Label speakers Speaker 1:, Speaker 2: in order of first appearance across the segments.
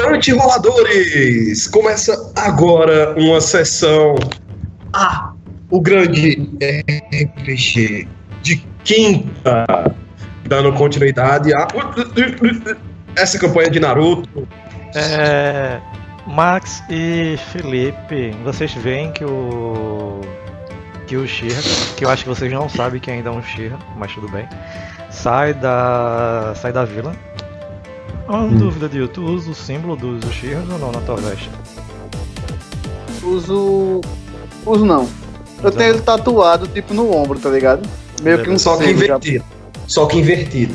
Speaker 1: noite, roladores! Começa agora uma sessão A, o grande RPG de quinta, dando continuidade a essa campanha de Naruto.
Speaker 2: É, Max e Felipe, vocês veem que o que o Shira, que eu acho que vocês não sabem que ainda é um Shira, mas tudo bem, sai da sai da vila. Uma dúvida, Dio, tu usa o símbolo dos Shiras ou não na tua veste?
Speaker 3: Uso. Uso não. Eu
Speaker 2: Usa
Speaker 3: tenho ele tatuado, tipo, no ombro, tá ligado? Meio que um
Speaker 1: Só que
Speaker 3: símbolo já.
Speaker 1: invertido. Só que invertido.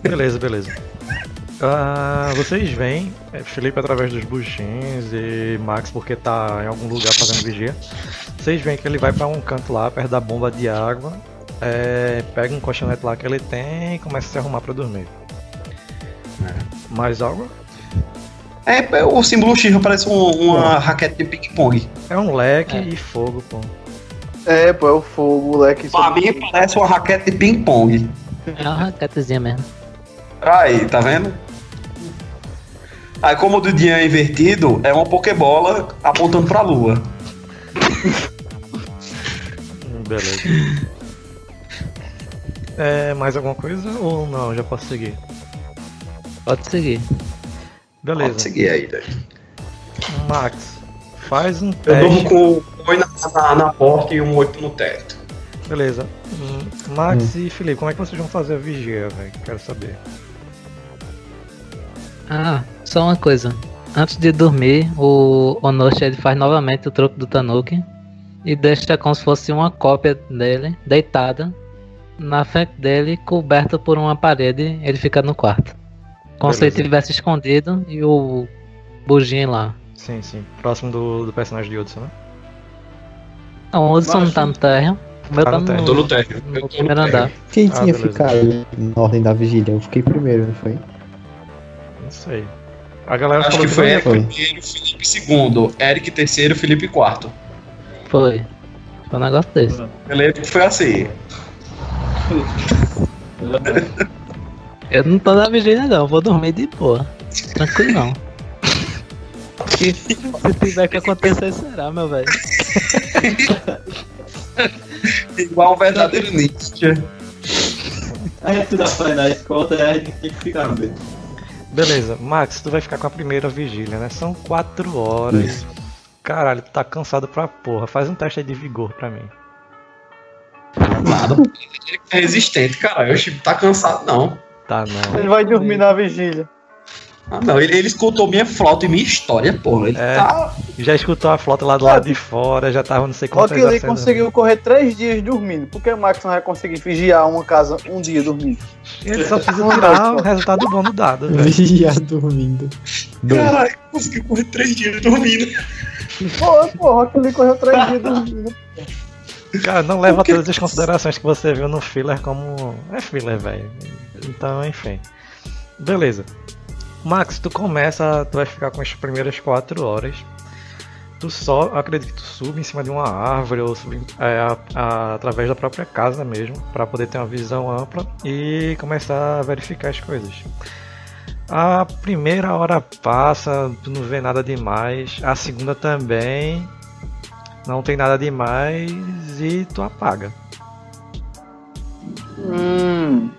Speaker 2: Beleza, beleza. Ah, vocês veem é, Felipe através dos buchins e Max porque tá em algum lugar fazendo vigia. Vocês veem que ele vai pra um canto lá, perto da bomba de água, é, pega um colchonete lá que ele tem e começa a se arrumar pra dormir. Mais algo?
Speaker 1: É, o símbolo X parece um- uma raquete de ping-pong.
Speaker 2: É um leque e fogo, pô.
Speaker 3: É, pô, é o fogo, o leque.
Speaker 1: Pra mim, parece uma raquete de ping-pong.
Speaker 4: É uma raquetezinha mesmo.
Speaker 1: Aí, tá vendo? Aí, como o do Dian é invertido, é uma Pokébola apontando pra lua.
Speaker 2: Hum, Beleza. É, mais alguma coisa ou não? Já posso seguir.
Speaker 4: Pode seguir.
Speaker 1: Pode
Speaker 2: Beleza.
Speaker 1: seguir aí, daí.
Speaker 2: Max, faz um
Speaker 1: Eu
Speaker 2: teste.
Speaker 1: durmo com o oi na, na, na porta e um oito no teto.
Speaker 2: Beleza. Hum, Max e Felipe, como é que vocês vão fazer a vigia, velho? Quero saber.
Speaker 4: Ah, só uma coisa. Antes de dormir, o Onoshi ele faz novamente o troco do Tanuki e deixa como se fosse uma cópia dele deitada na frente dele, coberta por uma parede. Ele fica no quarto, como se ele
Speaker 2: Beleza.
Speaker 4: tivesse escondido e o Bugin lá.
Speaker 2: Sim, sim. Próximo do, do personagem de Hudson, né?
Speaker 4: Não, o Hudson não
Speaker 3: Baixo.
Speaker 4: tá no térreo. O meu
Speaker 2: Tá
Speaker 4: tá,
Speaker 2: no
Speaker 4: no,
Speaker 2: térreo.
Speaker 1: Eu tô no teto.
Speaker 4: no
Speaker 1: Eu tô no
Speaker 4: primeiro andar.
Speaker 1: teto.
Speaker 5: Quem
Speaker 2: Ah,
Speaker 5: tinha
Speaker 2: beleza. É.
Speaker 5: ficado na ordem da vigília? Eu fiquei primeiro, não foi?
Speaker 2: Não sei. A galera
Speaker 1: Acho
Speaker 2: falou
Speaker 1: que foi
Speaker 2: não
Speaker 1: Eric
Speaker 2: ia-
Speaker 5: foi.
Speaker 1: primeiro, Felipe segundo, Eric terceiro, Felipe quarto.
Speaker 4: Foi. Foi um negócio desse.
Speaker 1: Eu lembro que foi assim.
Speaker 4: Eu não tô na vigília não, vou dormir de boa. Tranquilo não. Que se tiver que acontecer, será, meu velho.
Speaker 1: Igual um verdadeiro Nietzsche.
Speaker 6: A gente dá pra dar escolta e a gente tem que ficar no meio.
Speaker 2: Beleza. Max, tu vai ficar com a primeira vigília, né? São quatro horas. Caralho, tu tá cansado pra porra. Faz um teste aí de vigor pra mim.
Speaker 1: Nada. Ele é resistente, cara. Eu acho que tá cansado, não.
Speaker 2: Tá, não.
Speaker 3: Ele vai dormir na vigília.
Speaker 1: Ah, não. Ele, ele escutou minha flauta e minha história, porra. Ele
Speaker 2: É.
Speaker 1: tá.
Speaker 2: Já escutou a flauta lá do lado de fora, já tava não sei
Speaker 3: Ó
Speaker 2: quantas
Speaker 3: que ele
Speaker 2: acenas-
Speaker 3: conseguiu correr três dias dormindo. Por que o Max não vai conseguir vigiar uma casa um dia dormindo?
Speaker 2: Ele só precisa tirar um resultado bom do dado, velho.
Speaker 5: Vigia dormindo. Dois.
Speaker 1: Caralho, conseguiu correr três dias dormindo.
Speaker 3: Pô, porra, que ele correu três dias dormindo.
Speaker 2: Cara, não leva todas as considerações que você viu no filler como. É filler, velho. Então, enfim. Beleza. Max, tu começa, tu vai ficar com as primeiras quatro horas. Tu só, eu acredito que tu sube em cima de uma árvore ou sube, é, a- a- através da própria casa mesmo, para poder ter uma visão ampla e começar a verificar as coisas. A primeira hora passa, tu não vê nada demais. A segunda também, não tem nada demais e tu apaga.
Speaker 3: Hum.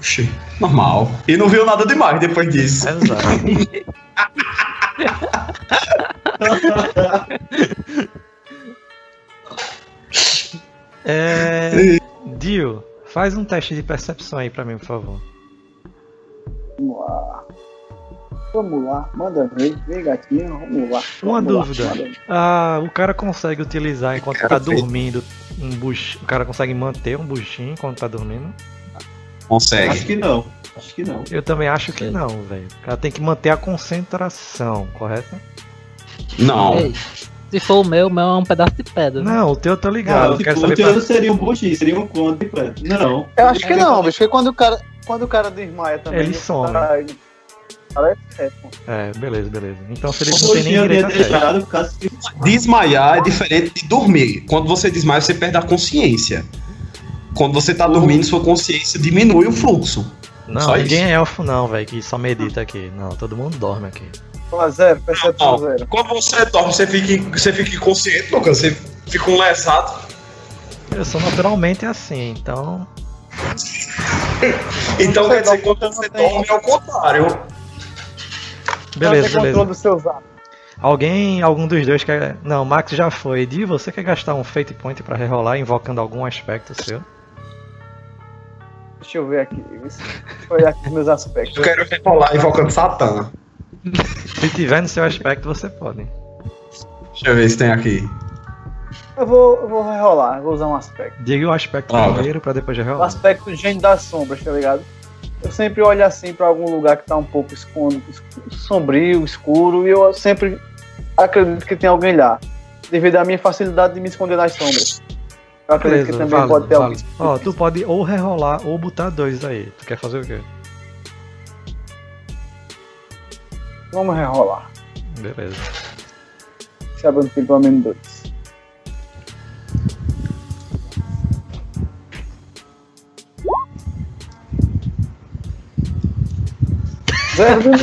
Speaker 1: Oxi, normal. E não viu nada demais depois disso.
Speaker 2: Exato. é... Dio, faz um teste de percepção aí pra mim, por favor.
Speaker 3: Vamos lá. Vamos lá, manda ver, vem gatinho, vamos lá.
Speaker 2: Uma
Speaker 3: vamos lá,
Speaker 2: dúvida.
Speaker 3: manda ver.
Speaker 2: Ah, o cara consegue utilizar enquanto
Speaker 1: Cara,
Speaker 2: tá
Speaker 1: fez.
Speaker 2: dormindo um buchinho. O cara consegue manter um buchinho enquanto tá dormindo?
Speaker 1: Consegue.
Speaker 6: Acho que não. Acho que não.
Speaker 2: Eu também acho que não, velho. O cara tem que manter a concentração, correto?
Speaker 1: Não.
Speaker 4: Ei, se for o meu, o meu é um pedaço de pedra. né?
Speaker 2: Não, o teu eu tô ligado.
Speaker 6: Não,
Speaker 2: eu quero
Speaker 6: tipo,
Speaker 2: saber
Speaker 6: o
Speaker 2: pra-
Speaker 6: teu seria um buchinho, seria um conto de pé. Não.
Speaker 3: Eu acho que
Speaker 6: tá-
Speaker 3: não, bicho, porque quando o cara, quando o cara desmaia também.
Speaker 2: Ele
Speaker 3: o
Speaker 2: some.
Speaker 3: cara- Parece que é, pô.
Speaker 2: É, beleza, beleza. Então se ele
Speaker 6: O
Speaker 2: não tem nem
Speaker 6: buchinho
Speaker 2: direito
Speaker 6: havia
Speaker 2: a teste.
Speaker 6: deixado por causa que
Speaker 1: Desmaiar é diferente de dormir. Quando você desmaia, você perde a consciência. Quando você tá dormindo, sua consciência diminui o fluxo.
Speaker 2: Não,
Speaker 1: Só
Speaker 2: ninguém
Speaker 1: isso.
Speaker 2: é elfo não, velho, que só medita aqui. Não, todo mundo dorme aqui.
Speaker 3: Fala zero, percepção
Speaker 1: Ó,
Speaker 3: zero.
Speaker 1: quando você dorme, você fica, in- você fica inconsciente, Lucas. Você fica um lesado.
Speaker 2: Eu sou naturalmente assim, então.
Speaker 1: Então
Speaker 3: Você
Speaker 1: quer dizer,
Speaker 3: dorme,
Speaker 1: quando
Speaker 3: você
Speaker 1: você
Speaker 3: não tem-
Speaker 1: dorme é o contrário.
Speaker 2: Beleza,
Speaker 3: Então, Você controla
Speaker 2: beleza.
Speaker 3: dos seus atos.
Speaker 2: Alguém, algum dos dois quer. Não, Max já foi. Di, você quer gastar um fate point pra rerolar invocando algum aspecto seu?
Speaker 3: Deixa eu ver aqui. Esse- Deixa eu olhar aqui os meus aspectos.
Speaker 1: Eu quero enrolar invocando Satã.
Speaker 2: Se tiver no seu aspecto, você pode.
Speaker 1: Deixa eu ver se tem aqui.
Speaker 3: Eu vou, eu vou rerolar, eu vou usar um aspecto.
Speaker 2: Diga o aspecto
Speaker 1: Ah,
Speaker 2: primeiro pra depois
Speaker 3: O
Speaker 2: rerolar.
Speaker 3: aspecto gênio das sombras, tá ligado? Eu sempre olho assim pra algum lugar que tá um pouco escondo, escuro, sombrio, escuro, e eu sempre acredito que tem alguém lá. Devido à minha facilidade de me esconder nas sombras. Eu acredito que
Speaker 2: Beleza,
Speaker 3: também
Speaker 2: vale,
Speaker 3: pode ter
Speaker 2: vale.
Speaker 3: alguém.
Speaker 2: Ó, tu pode ou rerolar ou botar dois aí. Tu quer fazer o quê?
Speaker 3: Vamos rerolar.
Speaker 2: Beleza.
Speaker 3: Sabendo que tem pelo menos dois. Zero do...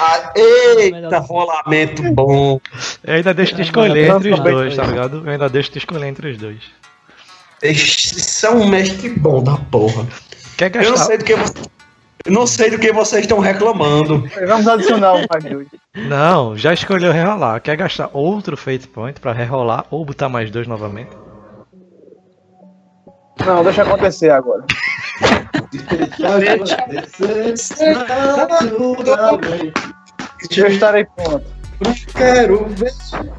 Speaker 1: Ah, Eita, rolamento bom.
Speaker 2: Eu ainda deixo te
Speaker 3: É,
Speaker 4: Ah,
Speaker 2: escolher
Speaker 4: mano,
Speaker 2: entre os
Speaker 4: também
Speaker 2: dois,
Speaker 4: foi.
Speaker 2: tá ligado? Eu ainda deixo te escolher entre os dois.
Speaker 1: Esses são mestre bom da porra.
Speaker 2: Quer
Speaker 1: Eu não
Speaker 2: gastar?
Speaker 1: sei do que você- eu não sei do que vocês estão reclamando.
Speaker 3: Vamos adicionar um mais dois.
Speaker 2: Não, já escolheu rerolar. Quer gastar outro fate point pra rerolar ou botar mais dois novamente?
Speaker 3: Não, deixa acontecer agora. Já estarei pronto.
Speaker 1: Quero ver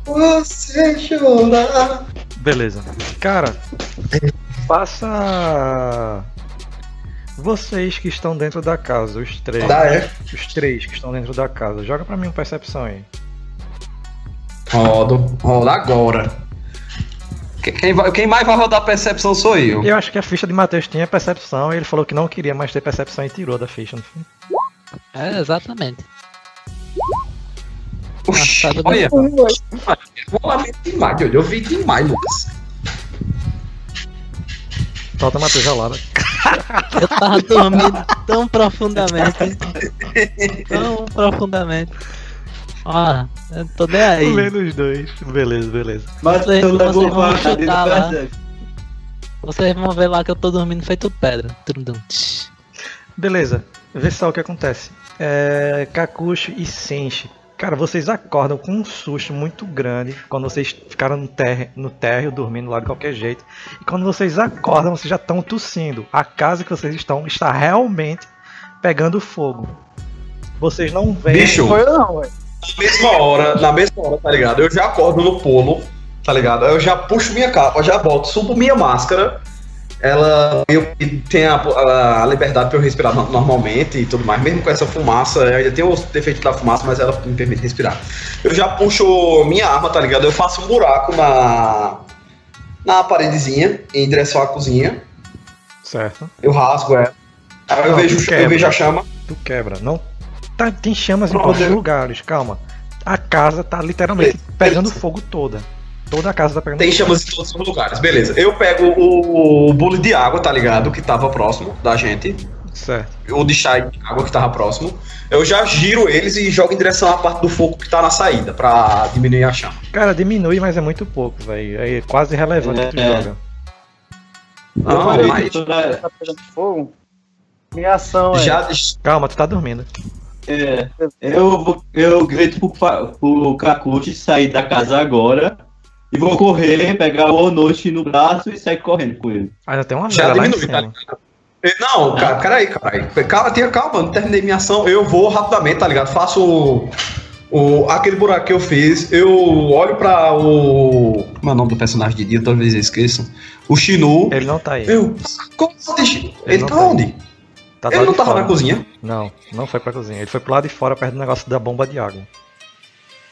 Speaker 1: você chorar.
Speaker 2: Beleza. Cara, passa. Vocês que estão dentro da casa, os três.
Speaker 1: Dá, é?
Speaker 2: Os três que estão dentro da casa. Joga pra mim um percepção aí.
Speaker 1: Rodo. Roda agora. Que- Quem, vai- quem mais vai rodar a percepção sou eu.
Speaker 2: Eu acho que a ficha de Matheus tinha percepção e ele falou que não queria mais ter percepção e tirou da ficha. não foi?
Speaker 4: É, exatamente.
Speaker 1: Oxi,
Speaker 4: Ah, tá tudo
Speaker 1: olha,
Speaker 4: bem.
Speaker 1: rolamento demais, olha, eu vi demais, Lucas.
Speaker 2: Falta Matheus né? rolada.
Speaker 4: Eu tava dormindo tão profundamente. Tão profundamente. Ó, eu tô nem
Speaker 1: É
Speaker 4: aí.
Speaker 2: Menos dois. Beleza, beleza.
Speaker 6: Mas
Speaker 4: Vocês-
Speaker 6: eu
Speaker 4: vocês
Speaker 6: levo
Speaker 4: vão
Speaker 6: uma dentro
Speaker 4: chutar
Speaker 2: né?
Speaker 6: da
Speaker 4: lá.
Speaker 6: gente.
Speaker 4: Vocês vão ver lá que eu tô dormindo feito pedra. Tum, tum, tsh.
Speaker 2: Beleza, vê só o que acontece. É, Kakushi e Senshi. Cara, vocês acordam com um susto muito grande quando vocês ficaram no, ter no térreo dormindo lá de qualquer jeito. E quando vocês acordam, vocês já estão tossindo. A casa que vocês estão está realmente pegando fogo. Vocês não veem.
Speaker 1: Bicho,
Speaker 3: Foi eu não, velho.
Speaker 1: na mesma hora, na mesma hora, tá ligado? Eu já acordo no polo, tá ligado? Eu já puxo minha capa, já boto, subo minha máscara. Ela eu tem a, a- a liberdade pra eu respirar no- normalmente e tudo mais, mesmo com essa fumaça, eu ainda tem os defeitos da fumaça, mas ela me permite respirar. Eu já puxo minha arma, tá ligado? Eu faço um buraco na na paredezinha em direção à cozinha.
Speaker 2: Certo.
Speaker 1: Eu rasgo ela. Aí eu
Speaker 2: Não,
Speaker 1: vejo,
Speaker 2: quebra.
Speaker 1: eu vejo a chama.
Speaker 2: Tu quebra. Não. Tá, tem chamas em
Speaker 1: Pronto.
Speaker 2: todos os lugares, calma. A casa tá literalmente pegando fogo toda. Toda a casa tá pegando
Speaker 1: Tem chamas em todos os lugares, beleza. Eu pego o, o bule de água, tá ligado? Que tava próximo da gente.
Speaker 2: Certo.
Speaker 1: O de chá de água que tava próximo. Eu já giro eles e jogo em direção à parte do fogo que tá na saída, pra diminuir a chama.
Speaker 2: Cara, diminui, mas é muito pouco, velho. É quase relevante que tu
Speaker 6: É.
Speaker 2: joga.
Speaker 6: Eu
Speaker 1: Não,
Speaker 6: falei
Speaker 1: mas
Speaker 6: que tu vai-
Speaker 3: Tá pegando fogo? Minha ação é.
Speaker 1: já.
Speaker 2: Calma, tu tá dormindo.
Speaker 6: é, Eu, vou- eu grito pro, fa- pro Kakuchi sair da casa agora e vou correr, pegar o Onoshi no braço e sair correndo com ele.
Speaker 2: Ainda tem uma
Speaker 1: Já
Speaker 2: vela lá em
Speaker 1: diminui, tá
Speaker 2: cima.
Speaker 1: ligado? Não, cara, peraí, caralho. Calma, tenha calma, não terminei minha ação. Eu vou rapidamente, tá ligado? Faço o, o- aquele buraco que eu fiz. Eu olho pra o. Como é o nome do personagem de dia? Talvez eu esqueça. O Shinu.
Speaker 2: Ele não tá aí.
Speaker 1: Eu, como assim?
Speaker 2: Ele
Speaker 1: Ele
Speaker 2: não
Speaker 1: tá
Speaker 2: tá.
Speaker 1: onde?
Speaker 2: Tá do
Speaker 1: Ele
Speaker 2: lado
Speaker 1: não
Speaker 2: de
Speaker 1: tava
Speaker 2: fora.
Speaker 1: na cozinha.
Speaker 2: Não, não foi pra cozinha. Ele foi pro lado de fora, perto do negócio da bomba de água.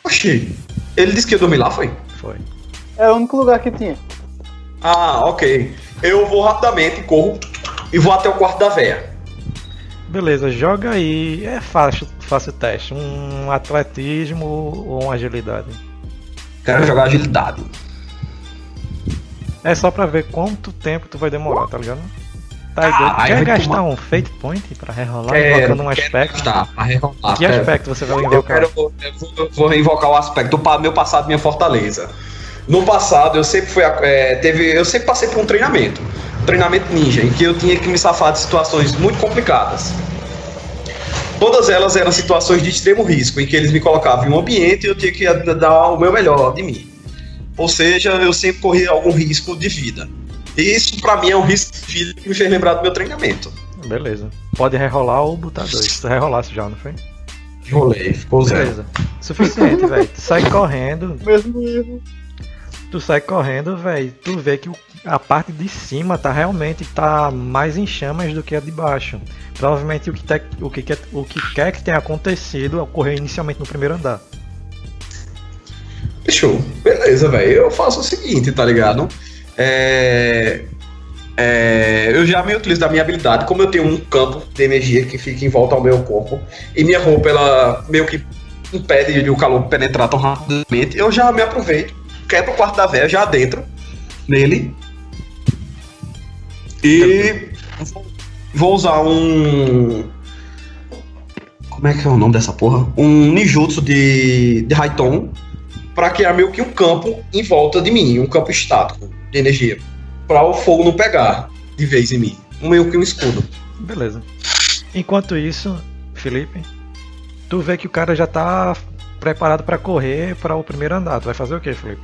Speaker 1: Oxi. Ele disse que ia dormir lá, foi?
Speaker 2: Foi.
Speaker 3: É o único lugar que tinha.
Speaker 1: Ah, ok. Eu vou rapidamente, corro e vou até o quarto da véia.
Speaker 2: Beleza, joga aí. É fácil, fácil teste. Um atletismo ou uma agilidade.
Speaker 1: Quero jogar agilidade.
Speaker 2: É só pra ver quanto tempo tu vai demorar, tá ligado? Tá doido.
Speaker 1: Caralho,
Speaker 2: Quer
Speaker 1: vai
Speaker 2: gastar
Speaker 1: tomar-
Speaker 2: um fate point pra rerolar,
Speaker 1: Quero,
Speaker 2: colocando um
Speaker 1: quero
Speaker 2: aspecto?
Speaker 1: gastar, tá? pra rerolar,
Speaker 2: Que
Speaker 1: pera.
Speaker 2: aspecto você vai
Speaker 1: Eu
Speaker 2: invocar?
Speaker 1: quero. eu vou- eu vou invocar o aspecto do meu passado, minha fortaleza. No passado, eu sempre fui. a- é, teve, eu sempre passei por um treinamento. um Treinamento ninja, em que eu tinha que me safar de situações muito complicadas. Todas elas eram situações de extremo risco, em que eles me colocavam em um ambiente e eu tinha que a- dar o meu melhor de mim. Ou seja, eu sempre corria algum risco de vida. E isso, pra mim, é um risco de vida que me fez lembrar do meu treinamento.
Speaker 2: Beleza. Pode rerolar ou botar dois. Tu rerolasse já, não foi?
Speaker 1: Rolei, ficou
Speaker 2: Beleza. Suficiente, velho. Tu sai correndo,
Speaker 3: Mesmo erro.
Speaker 2: tu sai correndo, velho. Tu vê que o- a parte de cima tá realmente tá mais em chamas do que a de baixo. Provavelmente o que, te- o que, que- o que quer que tenha acontecido ocorreu inicialmente no primeiro andar.
Speaker 1: Show. Beleza, velho. Eu faço o seguinte, tá ligado? É... é, Eu já me utilizo da minha habilidade. Como eu tenho um campo de energia que fica em volta ao meu corpo e minha roupa, ela meio que impede de o calor penetrar tão rapidamente, eu já me aproveito, quebro o quarto da véia, já adentro nele e vou- vou usar um... Como é que é o nome dessa porra? Um ninjutsu de, de Haiton, para criar meio que um campo em volta de mim, um campo estático de energia, para o fogo não pegar de vez em mim, um meio que um escudo.
Speaker 2: Beleza. Enquanto isso, Felipe, tu vê que o cara já tá preparado pra correr pra o primeiro andar. Tu vai fazer o quê, Felipe?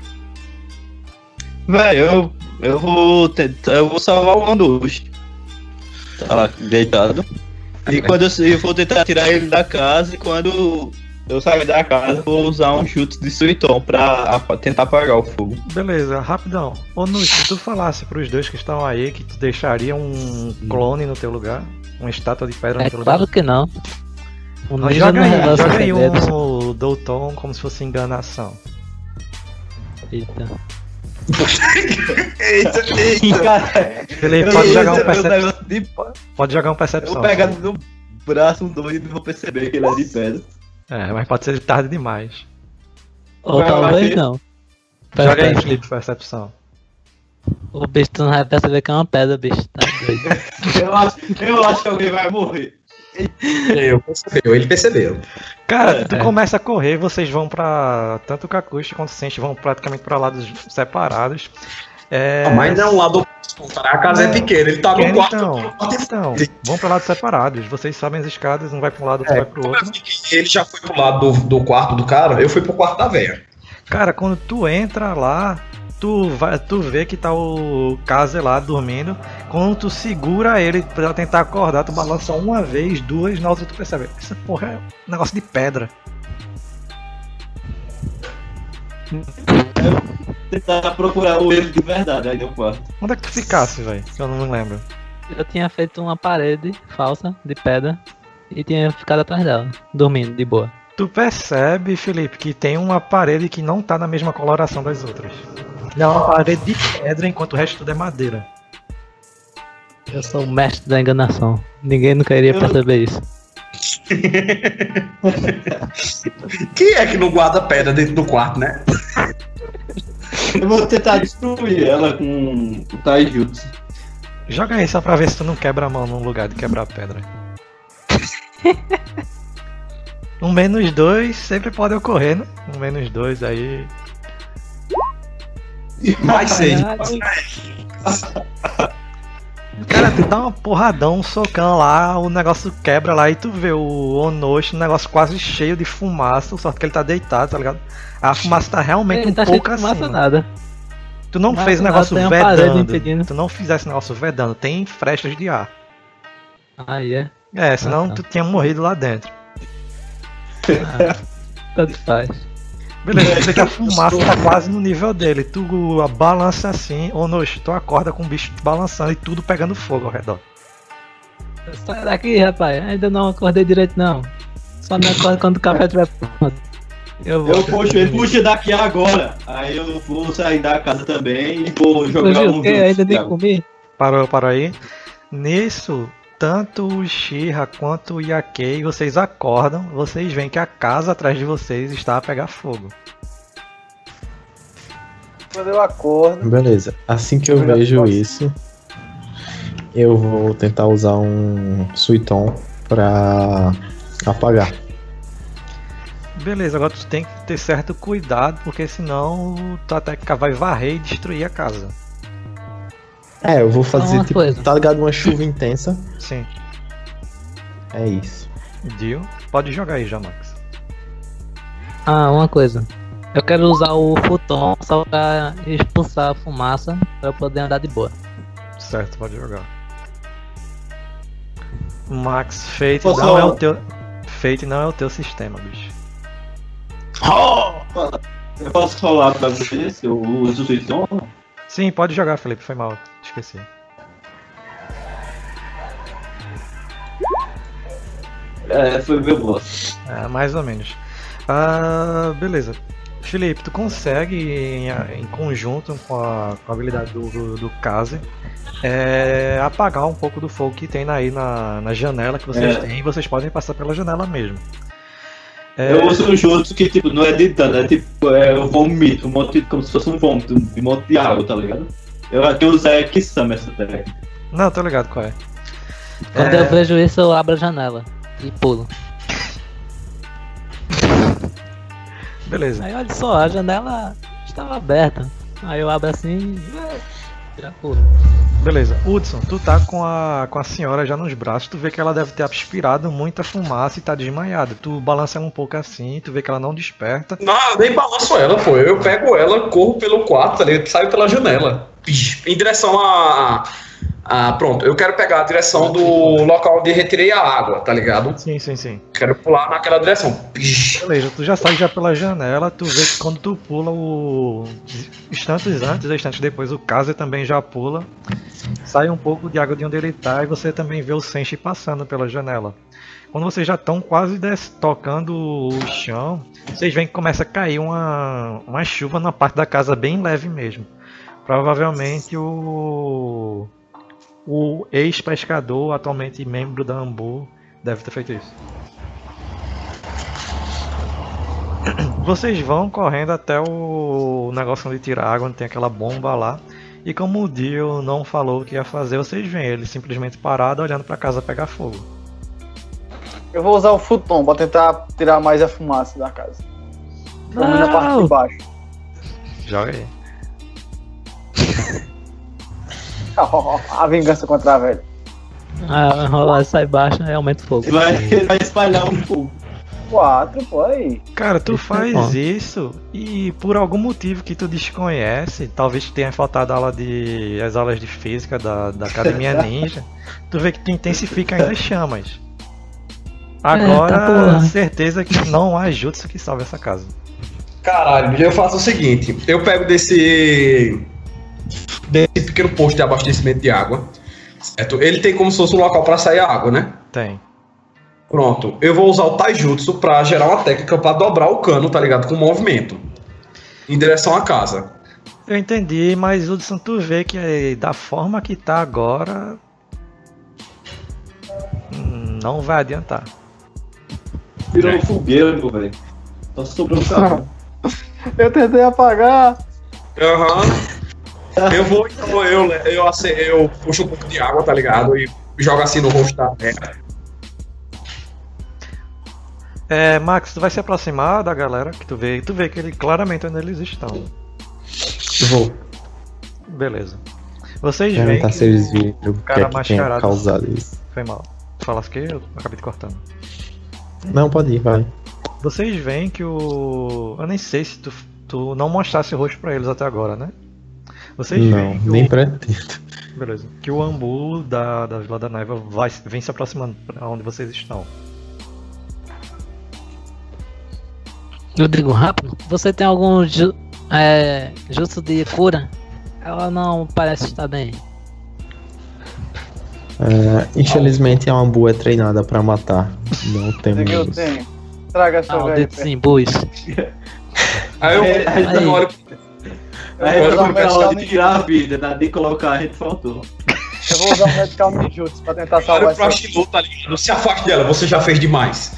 Speaker 6: Véi, eu, eu vou tentar, eu vou salvar o Mandush. Tá lá, deitado. E quando eu, eu vou tentar tirar ele da casa, e quando eu sair da casa, eu vou usar um chute de suitom pra apa- tentar apagar o fogo.
Speaker 2: Beleza, rapidão. Ô Nush, se tu falasse pros dois que estão aí que tu deixaria um clone no teu lugar, uma estátua de pedra no
Speaker 4: É
Speaker 2: teu
Speaker 4: claro
Speaker 2: lugar.
Speaker 4: que não. O
Speaker 2: Ah,
Speaker 4: Ninja
Speaker 2: joga
Speaker 4: não
Speaker 2: aí,
Speaker 4: revela
Speaker 2: joga aí
Speaker 4: segredos.
Speaker 2: um Douton como se fosse enganação.
Speaker 4: Eita.
Speaker 1: Eita, eita.
Speaker 6: Cara,
Speaker 2: Felipe, pode jogar um
Speaker 6: percepção.
Speaker 2: percepção.
Speaker 6: negócio de pá.
Speaker 2: Pode jogar um
Speaker 6: Eu
Speaker 2: percepção.
Speaker 6: vou pegar no braço um doido e vou perceber que ele é de pedra.
Speaker 2: É, mas pode ser tarde demais.
Speaker 4: Ou
Speaker 6: Vai lá,
Speaker 4: talvez
Speaker 6: Felipe.
Speaker 4: não.
Speaker 2: Joga aí,
Speaker 4: Pera-
Speaker 2: Felipe, percepção.
Speaker 4: O bicho tu não vai perceber que é uma pedra, bicho. Tá doido.
Speaker 6: Eu acho, eu acho que alguém vai morrer.
Speaker 1: Eu percebeu, ele percebeu.
Speaker 2: Cara, tu
Speaker 6: É.
Speaker 2: começa a correr, vocês vão pra. Tanto o Kakushi quanto o Senshi vão praticamente pra lados separados. É,
Speaker 1: Ah, Mas não lá do a casa é pequena, ele tá no
Speaker 2: Querem,
Speaker 1: quarto.
Speaker 2: então, então, vão pra lados separados. Vocês sobem as escadas, um vai pra um lado, outro vai pro outro.
Speaker 1: Ele já foi pro lado do, do quarto do cara, eu fui pro quarto da véia.
Speaker 2: Cara, quando tu entra lá, tu, vai, tu vê que tá o Kaze lá dormindo. Quando tu segura ele pra tentar acordar, tu balança uma vez, duas, na outra tu percebe. Essa porra é um negócio de pedra.
Speaker 6: Tentar procurar o erro de verdade aí no quarto.
Speaker 2: Onde é que tu ficasse, velho? Que eu não me lembro.
Speaker 4: Eu tinha feito uma parede falsa de pedra e tinha ficado atrás dela, dormindo de boa.
Speaker 2: Tu percebe, Felipe, que tem uma parede que não tá na mesma coloração das outras. Ela É uma parede de pedra enquanto o resto tudo é madeira.
Speaker 4: Eu sou o mestre da enganação. Ninguém nunca iria
Speaker 6: Eu-
Speaker 4: perceber isso.
Speaker 1: Quem é que não guarda pedra dentro do quarto, né?
Speaker 6: Eu vou tentar destruir ela com o Taijutsu.
Speaker 2: Joga aí só pra ver se tu não quebra a mão num lugar de quebrar pedra. um menos dois sempre pode ocorrer, né? Um menos dois aí.
Speaker 1: Mais
Speaker 6: tipo,
Speaker 1: seis.
Speaker 4: tá
Speaker 2: Cara, tu dá uma porradão, um socão lá, o negócio quebra lá e tu vê o Onoshi, um negócio quase cheio de fumaça, sorte que ele tá deitado, tá ligado? A fumaça tá realmente
Speaker 4: Ele
Speaker 2: um
Speaker 4: tá cheio de
Speaker 2: pouco
Speaker 4: fumaça
Speaker 2: assim.
Speaker 4: nada.
Speaker 2: Tu não
Speaker 4: Mas
Speaker 2: fez o
Speaker 4: não,
Speaker 2: negócio
Speaker 4: tem uma parede
Speaker 2: vedando.
Speaker 4: impedindo.
Speaker 2: Tu não fizesse negócio vedando. Tem frestas de ar.
Speaker 4: Ah, é?
Speaker 2: É, senão
Speaker 4: Ah, tá.
Speaker 2: tu tinha morrido lá dentro.
Speaker 4: Tanto faz.
Speaker 2: Beleza, você que a fumaça tá quase no nível dele. Tu balança assim, ou nojo, tu acorda com o bicho balançando e tudo pegando fogo ao redor.
Speaker 4: Sai daqui, rapaz. Ainda não acordei direito, não. Só me acordo quando o café tiver pronto. Eu vou.
Speaker 6: Eu puxo ele, puxa daqui agora. Aí eu vou sair da casa também e vou
Speaker 4: Tu
Speaker 6: jogar
Speaker 4: viu o
Speaker 6: um
Speaker 4: quê? Ainda nem
Speaker 6: jogo.
Speaker 4: comi?
Speaker 2: Parou, parou aí. Nisso, tanto o Shira quanto o Yakei, vocês acordam, vocês veem que a casa atrás de vocês está a pegar fogo.
Speaker 3: Quando eu acordo,
Speaker 5: Beleza. Assim que eu
Speaker 3: Olha,
Speaker 5: vejo
Speaker 3: nossa.
Speaker 5: isso, Eu vou tentar usar um Suiton pra apagar.
Speaker 2: Beleza, agora tu tem que ter certo cuidado, porque senão tua técnica vai varrer e destruir a casa.
Speaker 5: É, eu vou fazer,
Speaker 4: uma
Speaker 5: tipo,
Speaker 4: coisa.
Speaker 5: tá ligado? Uma chuva intensa.
Speaker 2: Sim.
Speaker 5: É isso.
Speaker 2: Deal. Pode jogar aí já, Max.
Speaker 4: Ah, uma coisa. Eu quero usar o futon só pra expulsar a fumaça pra eu poder andar de boa.
Speaker 2: Certo, pode jogar. Max, Fate
Speaker 6: Posso-
Speaker 2: não é o teu. Fate não é o teu sistema, bicho.
Speaker 6: Eu posso falar pra você se eu uso o Suiton?
Speaker 2: Sim, pode jogar, Felipe. Foi mal. Esqueci.
Speaker 6: É, foi meu boss.
Speaker 2: É, mais ou menos. Ah, beleza. Felipe, tu consegue, em, em conjunto com a, com a habilidade do, do, do Kaze, é, apagar um pouco do fogo que tem aí na, na janela que vocês
Speaker 6: É.
Speaker 2: têm. E vocês podem passar pela janela mesmo. É,
Speaker 6: Eu uso um jutsu que, tipo, não é de dano, é tipo, é um vômito, um monte, como se fosse um vômito, um monte de água, tá ligado? Eu até usei a Kisama essa técnica.
Speaker 2: Não, tô ligado qual é.
Speaker 4: Quando
Speaker 2: É.
Speaker 4: eu vejo isso, eu abro a janela e pulo.
Speaker 2: Beleza.
Speaker 4: Aí olha só, a janela estava aberta. Aí eu abro assim e. Já pulo.
Speaker 2: Beleza. Hudson, tu tá com a, com a senhora já nos braços, tu vê que ela deve ter aspirado muita fumaça e tá desmaiada. Tu balança ela um pouco assim, tu vê que ela não desperta.
Speaker 1: Não, eu nem balanço ela, pô. Eu pego ela, corro pelo quarto, tá ligado? saio pela janela. Pish, Em direção a. a- pronto, eu quero pegar a direção do local onde retirei a água, tá ligado?
Speaker 2: Sim, sim, sim.
Speaker 1: Quero pular naquela direção. Pish.
Speaker 2: Beleza, tu já sai já pela janela, tu vê que quando tu pula o. instantes antes, instantes depois, o Kaze também já pula. Sai um pouco de água de onde ele tá e você também vê o Senshi passando pela janela. Quando vocês já estão quase des- tocando o chão, vocês veem que começa a cair uma, uma chuva na parte da casa bem leve mesmo. Provavelmente o. O ex-pescador, atualmente membro da Ambu, deve ter feito isso. Vocês vão correndo até o negócio onde tira água, onde tem aquela bomba lá. E como o Dio não falou o que ia fazer, vocês veem ele simplesmente parado olhando pra casa pegar fogo.
Speaker 3: Eu vou usar o futon pra tentar tirar mais a fumaça da casa. Pelo menos na parte de baixo.
Speaker 2: Joga aí.
Speaker 3: a vingança contra a velha.
Speaker 4: Ah, rolar, sai baixo e aumenta o fogo.
Speaker 6: Vai, vai espalhar um pouco.
Speaker 3: Quatro, pô, aí.
Speaker 2: Cara, tu
Speaker 4: Isso é bom.
Speaker 2: faz isso e por algum motivo que tu desconhece, talvez tenha faltado aula de. as aulas de física da, da academia ninja, tu vê que tu intensifica ainda as chamas.
Speaker 4: tá
Speaker 2: Agora,
Speaker 4: porra.
Speaker 2: certeza que não há jutsu que salve essa casa.
Speaker 1: Caralho, eu faço o seguinte: eu pego desse. desse pequeno posto de abastecimento de água, certo? Ele tem como se fosse um local pra sair a água, né?
Speaker 2: Tem.
Speaker 1: Pronto, eu vou usar o Taijutsu pra gerar uma técnica pra dobrar o cano, tá ligado? Com movimento. Em direção à casa.
Speaker 2: Eu entendi, mas Hudson, tu vê que eh, da forma que tá agora. hum, Não vai adiantar.
Speaker 6: Virou um fogueiro, velho. Só sobrou um carro.
Speaker 3: Eu tentei apagar.
Speaker 1: Aham. Eu vou, então, eu, eu, ace- eu puxo um pouco de água, tá ligado? E jogo assim no rosto da terra.
Speaker 2: É, Max, tu vai se aproximar da galera que tu vê. Tu vê que ele claramente onde eles estão.
Speaker 5: Vou
Speaker 2: Beleza. Vocês veem.
Speaker 5: perguntar
Speaker 2: Que...
Speaker 5: se eles viram o que
Speaker 2: cara
Speaker 5: é que tenha
Speaker 2: mascarado.
Speaker 5: causado isso.
Speaker 2: Foi mal. Falasse que eu acabei te cortando.
Speaker 5: Não, pode ir, vai.
Speaker 2: Vocês veem que o. Eu nem sei se tu, tu não mostrasse o rosto pra eles até agora, né? Vocês
Speaker 5: Não,
Speaker 2: veem que o-
Speaker 5: nem pretendo.
Speaker 2: Beleza. Que o Ambu da, da Vila da Naiva vai, vem se aproximando pra onde vocês estão.
Speaker 4: Eu digo rápido. Você tem algum ju é, jutsu de cura? Ela não parece estar bem.
Speaker 5: É, infelizmente, a Ambu é treinada pra matar. Não
Speaker 3: O
Speaker 5: temos.
Speaker 3: que eu tenho? Traga essa
Speaker 4: Ah, o
Speaker 3: velha.
Speaker 4: dedo sem bus.
Speaker 1: Aí eu,
Speaker 6: É, aí-
Speaker 1: eu olho-
Speaker 3: Eu
Speaker 6: Aí
Speaker 3: vou
Speaker 6: eu
Speaker 3: usar
Speaker 6: fui
Speaker 3: o
Speaker 6: pra
Speaker 3: medical
Speaker 6: onde
Speaker 3: ninjutsu.
Speaker 6: tirar a vida, na de colocar a gente faltou.
Speaker 3: Eu vou usar o medical ninjutsu pra tentar
Speaker 1: eu
Speaker 3: salvar
Speaker 1: olho pra
Speaker 3: essa.
Speaker 1: Shiloh, tá ligado? Se afaste dela, você já fez demais.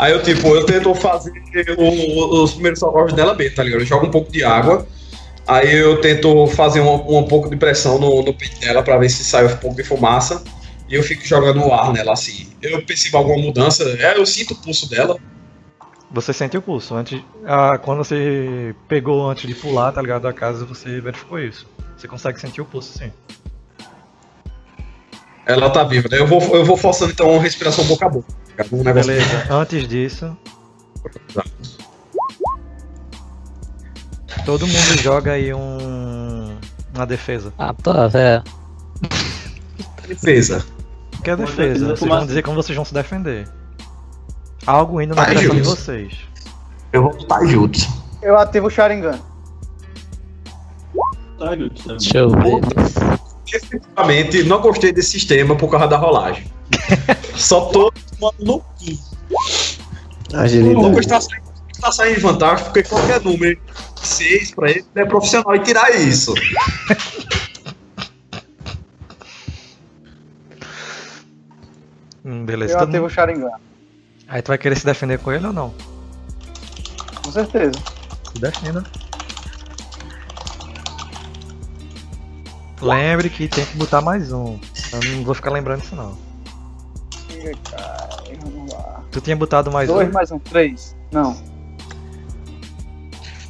Speaker 1: Aí eu, tipo, eu tento fazer o- o- os primeiros socorros dela bem, tá ligado? Eu jogo um pouco de água. Aí eu tento fazer um, um pouco de pressão no, no peito dela pra ver se sai um pouco de fumaça. E eu fico jogando o ar nela assim. Eu percebo alguma mudança, é, eu sinto o pulso dela.
Speaker 2: Você sente o pulso. Antes, ah, quando você pegou antes de pular, tá ligado? Da casa, você verificou isso. Você consegue sentir o pulso, sim.
Speaker 1: Ela tá viva, né? Eu vou, eu vou forçando então uma respiração boca a boca. tá ligado? Um negócio
Speaker 2: Beleza. Antes disso. Todo mundo joga aí um. Uma defesa.
Speaker 4: Ah, tá, velho.
Speaker 1: de defesa.
Speaker 2: Que é
Speaker 6: Uma
Speaker 2: defesa.
Speaker 6: defesa
Speaker 2: Vocês
Speaker 6: fumaça.
Speaker 2: vão dizer como vocês vão se defender. Algo indo na
Speaker 1: Ai,
Speaker 2: direção de
Speaker 1: Jesus.
Speaker 2: vocês.
Speaker 1: Eu vou lutar junto.
Speaker 3: Eu ativo o Sharingan.
Speaker 6: Tá, Guto, tá bom.
Speaker 4: Deixa eu ver.
Speaker 1: Definitivamente não gostei desse sistema por causa da rolagem. Só tô tomando no cu. O Lucas
Speaker 5: Ah, Agilidade.
Speaker 1: tá saindo, tá saindo de vantagem porque qualquer número 6 pra ele é profissional e tirar isso.
Speaker 2: Hum, beleza.
Speaker 3: Eu
Speaker 2: Todo
Speaker 3: ativo
Speaker 2: mundo...
Speaker 3: o Sharingan.
Speaker 2: Aí tu vai querer se defender com ele ou não?
Speaker 3: Com certeza.
Speaker 2: Se defenda. Lembre que tem que botar mais um. Eu não vou ficar lembrando isso não.
Speaker 3: Ih, cara, vamos lá.
Speaker 2: Tu tinha botado mais
Speaker 3: Dois
Speaker 2: um.
Speaker 3: mais um, três. Não.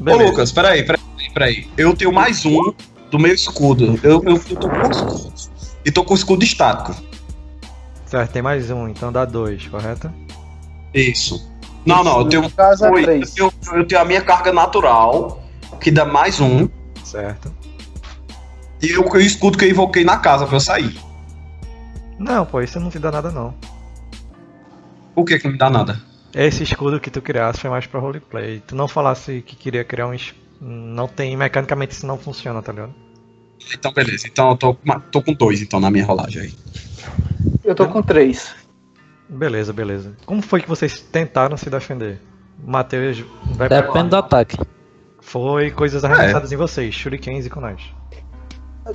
Speaker 1: Ô
Speaker 2: Beleza.
Speaker 1: Lucas, peraí, peraí, peraí. Eu tenho mais um do meu escudo. Eu, eu, eu tô com um escudo. E tô com um escudo estático.
Speaker 2: Certo, tem mais um, então dá dois, correto?
Speaker 1: Isso. Não, não, eu tenho,
Speaker 3: No caso é
Speaker 1: oito. eu,
Speaker 3: três.
Speaker 1: tenho, eu tenho a minha carga natural, que dá mais um.
Speaker 2: Certo.
Speaker 1: E eu, o escudo que eu invoquei na casa pra eu sair.
Speaker 2: Não, pô, isso não te dá nada não.
Speaker 1: Por que que não me dá nada?
Speaker 2: Esse escudo que tu criasse foi mais pra roleplay. Tu não falasse que queria criar um. es- Não tem. Mecanicamente isso não funciona, tá ligado?
Speaker 1: Então, beleza. Então, eu tô, com- tô com dois, então, na minha rolagem aí.
Speaker 3: Eu tô com três.
Speaker 2: Beleza, beleza. Como foi que vocês tentaram se defender? Matheus vai pra
Speaker 4: Depende do
Speaker 2: lá.
Speaker 4: ataque.
Speaker 2: Foi coisas arremessadas em vocês, shurikens e kunais.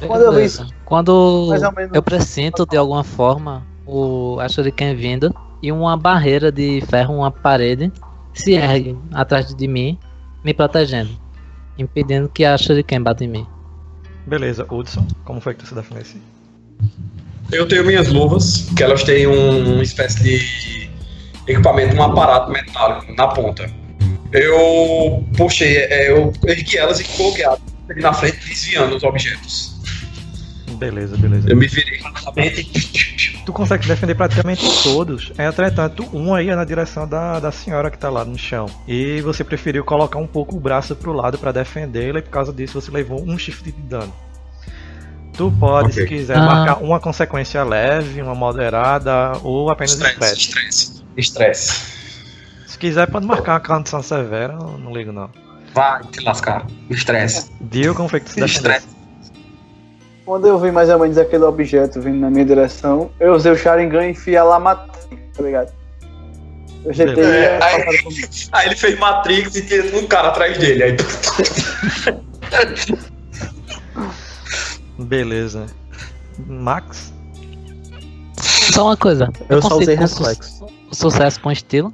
Speaker 3: Quando eu vi isso, é um
Speaker 4: Beleza. Quando
Speaker 3: Mais ou menos.
Speaker 4: eu pressinto de alguma forma o a Shuriken é vindo e uma barreira de ferro, uma parede, se ergue atrás de mim, me protegendo, impedindo que a Shuriken bata em mim.
Speaker 2: Beleza, Hudson, como foi que tu se defendesse?
Speaker 1: Eu tenho minhas luvas, que elas têm um- uma espécie de equipamento, um aparato metálico na ponta. Eu puxei, é, eu ergui elas e coloquei elas na frente, desviando os objetos.
Speaker 2: Beleza, beleza.
Speaker 1: Eu me virei rapidamente e
Speaker 2: Tu consegue se defender praticamente todos. Entretanto, um aí é na direção da, da senhora que tá lá no chão. E você preferiu colocar um pouco o braço pro lado pra defendê-la e por causa disso você levou um shift de dano. Tu pode, se
Speaker 1: Ok.
Speaker 2: quiser,
Speaker 4: Ah.
Speaker 2: marcar uma consequência leve, uma moderada ou apenas
Speaker 1: estresse,
Speaker 2: estresse.
Speaker 1: estresse, estresse.
Speaker 2: Se quiser, pode marcar uma condição severa, eu não ligo não.
Speaker 1: Vai te lascar, estresse.
Speaker 2: Dio, como foi que tu se defendeu?
Speaker 1: Estresse.
Speaker 3: Quando eu vi mais ou menos aquele objeto vindo na minha direção, eu usei o Sharingan e enfiei lá matei, tá ligado? Eu ajeitei
Speaker 1: É,
Speaker 3: é,
Speaker 1: aí-
Speaker 3: passado por mim.
Speaker 1: Aí Ah, ele fez Matrix e tinha um cara atrás dele. Aí
Speaker 2: Beleza. Max?
Speaker 4: Só uma coisa, eu,
Speaker 7: Eu só
Speaker 4: consigo
Speaker 7: usei
Speaker 4: um su-
Speaker 7: reflexo.
Speaker 4: sucesso com estilo.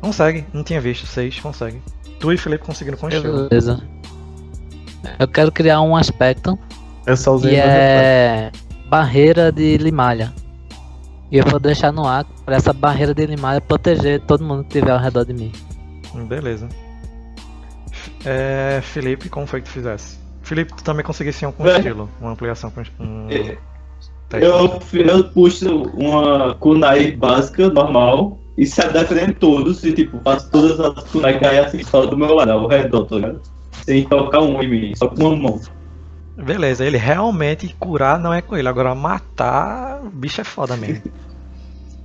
Speaker 2: Consegue, não tinha visto. Seis, consegue. Tu e Felipe conseguiram com estilo.
Speaker 4: Beleza. Eu quero criar um aspecto
Speaker 7: Eu só usei
Speaker 4: que
Speaker 7: meu reflexo.
Speaker 4: é barreira de limalha. E eu vou deixar no ar pra essa barreira de limalha proteger todo mundo que estiver ao redor de mim.
Speaker 2: Beleza. É, Felipe, como foi que tu fizesse? Felipe, tu também conseguisse um com
Speaker 6: Vai.
Speaker 2: estilo. Uma ampliação com est- um
Speaker 6: É.
Speaker 2: teste.
Speaker 6: Eu, eu puxo uma kunai básica, normal, e saio da frente de todos, e tipo, faço todas as kunai cair assim, só do meu lado, ao redor, tá ligado? Sem tocar um em mim, só com uma mão.
Speaker 2: Beleza, ele realmente curar não é com ele. Agora matar, o bicho é foda mesmo.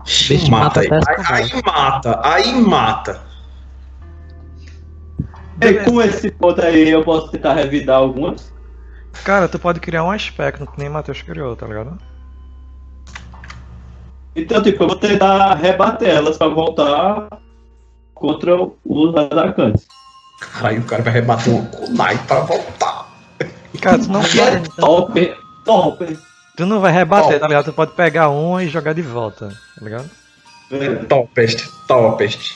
Speaker 4: Bicho, mata
Speaker 1: aí,
Speaker 4: até as
Speaker 1: aí, aí mata, aí mata.
Speaker 6: E
Speaker 2: Beleza.
Speaker 6: com esse ponto aí eu posso tentar revidar algumas.
Speaker 2: Cara, tu pode criar um aspecto que nem Matheus criou, tá ligado?
Speaker 6: Então, tipo, eu vou tentar rebater elas pra voltar contra os atacantes.
Speaker 1: Aí o cara vai rebater uma kunai pra voltar.
Speaker 2: Cara, tu não
Speaker 6: Que é
Speaker 2: vai,
Speaker 3: Então,
Speaker 6: top, top.
Speaker 2: tu não vai rebater, tá ligado? Tu pode pegar um e jogar de volta, tá ligado?
Speaker 1: Topest, topest.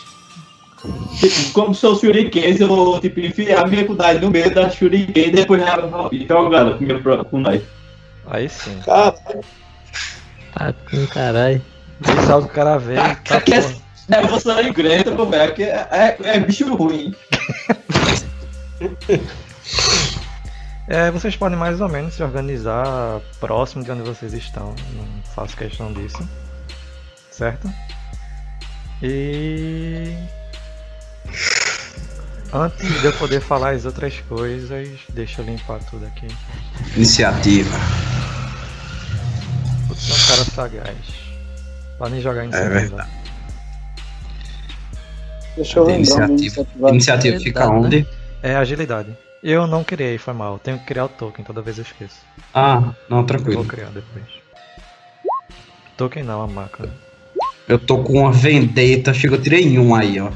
Speaker 6: Tipo, como sou shurikens, eu vou tipo, enfiar minha Kunai no meio da shuriken e depois já jogando com minha pro- Kunai.
Speaker 2: Aí sim.
Speaker 1: Ah,
Speaker 4: Tá caralho.
Speaker 2: Isso é algo que o cara vê e tá
Speaker 6: Aqui é-
Speaker 2: porra.
Speaker 6: É você sangrento, pô, velho, que é, é, é bicho ruim.
Speaker 2: É, vocês podem mais ou menos se organizar próximo de onde vocês estão. Não faço questão disso. Certo? E. Antes de eu poder falar as outras coisas, deixa eu limpar tudo aqui.
Speaker 1: Iniciativa.
Speaker 2: Putz, é um cara sagaz. Podem jogar em cima.
Speaker 1: É
Speaker 2: né?
Speaker 1: verdade.
Speaker 3: Deixa eu lembrar.
Speaker 1: Iniciativa.
Speaker 3: meu iniciativa.
Speaker 1: Iniciativa Tá, fica
Speaker 4: Verdade,
Speaker 1: onde?
Speaker 2: É agilidade. Eu não criei, foi mal. Eu tenho que criar o token, toda vez eu esqueço.
Speaker 1: Ah, não,
Speaker 2: Vou
Speaker 1: tranquilo.
Speaker 2: criar depois. Token não, a máquina.
Speaker 1: Eu tô com uma vendetta, chega, eu tirei um aí, ó.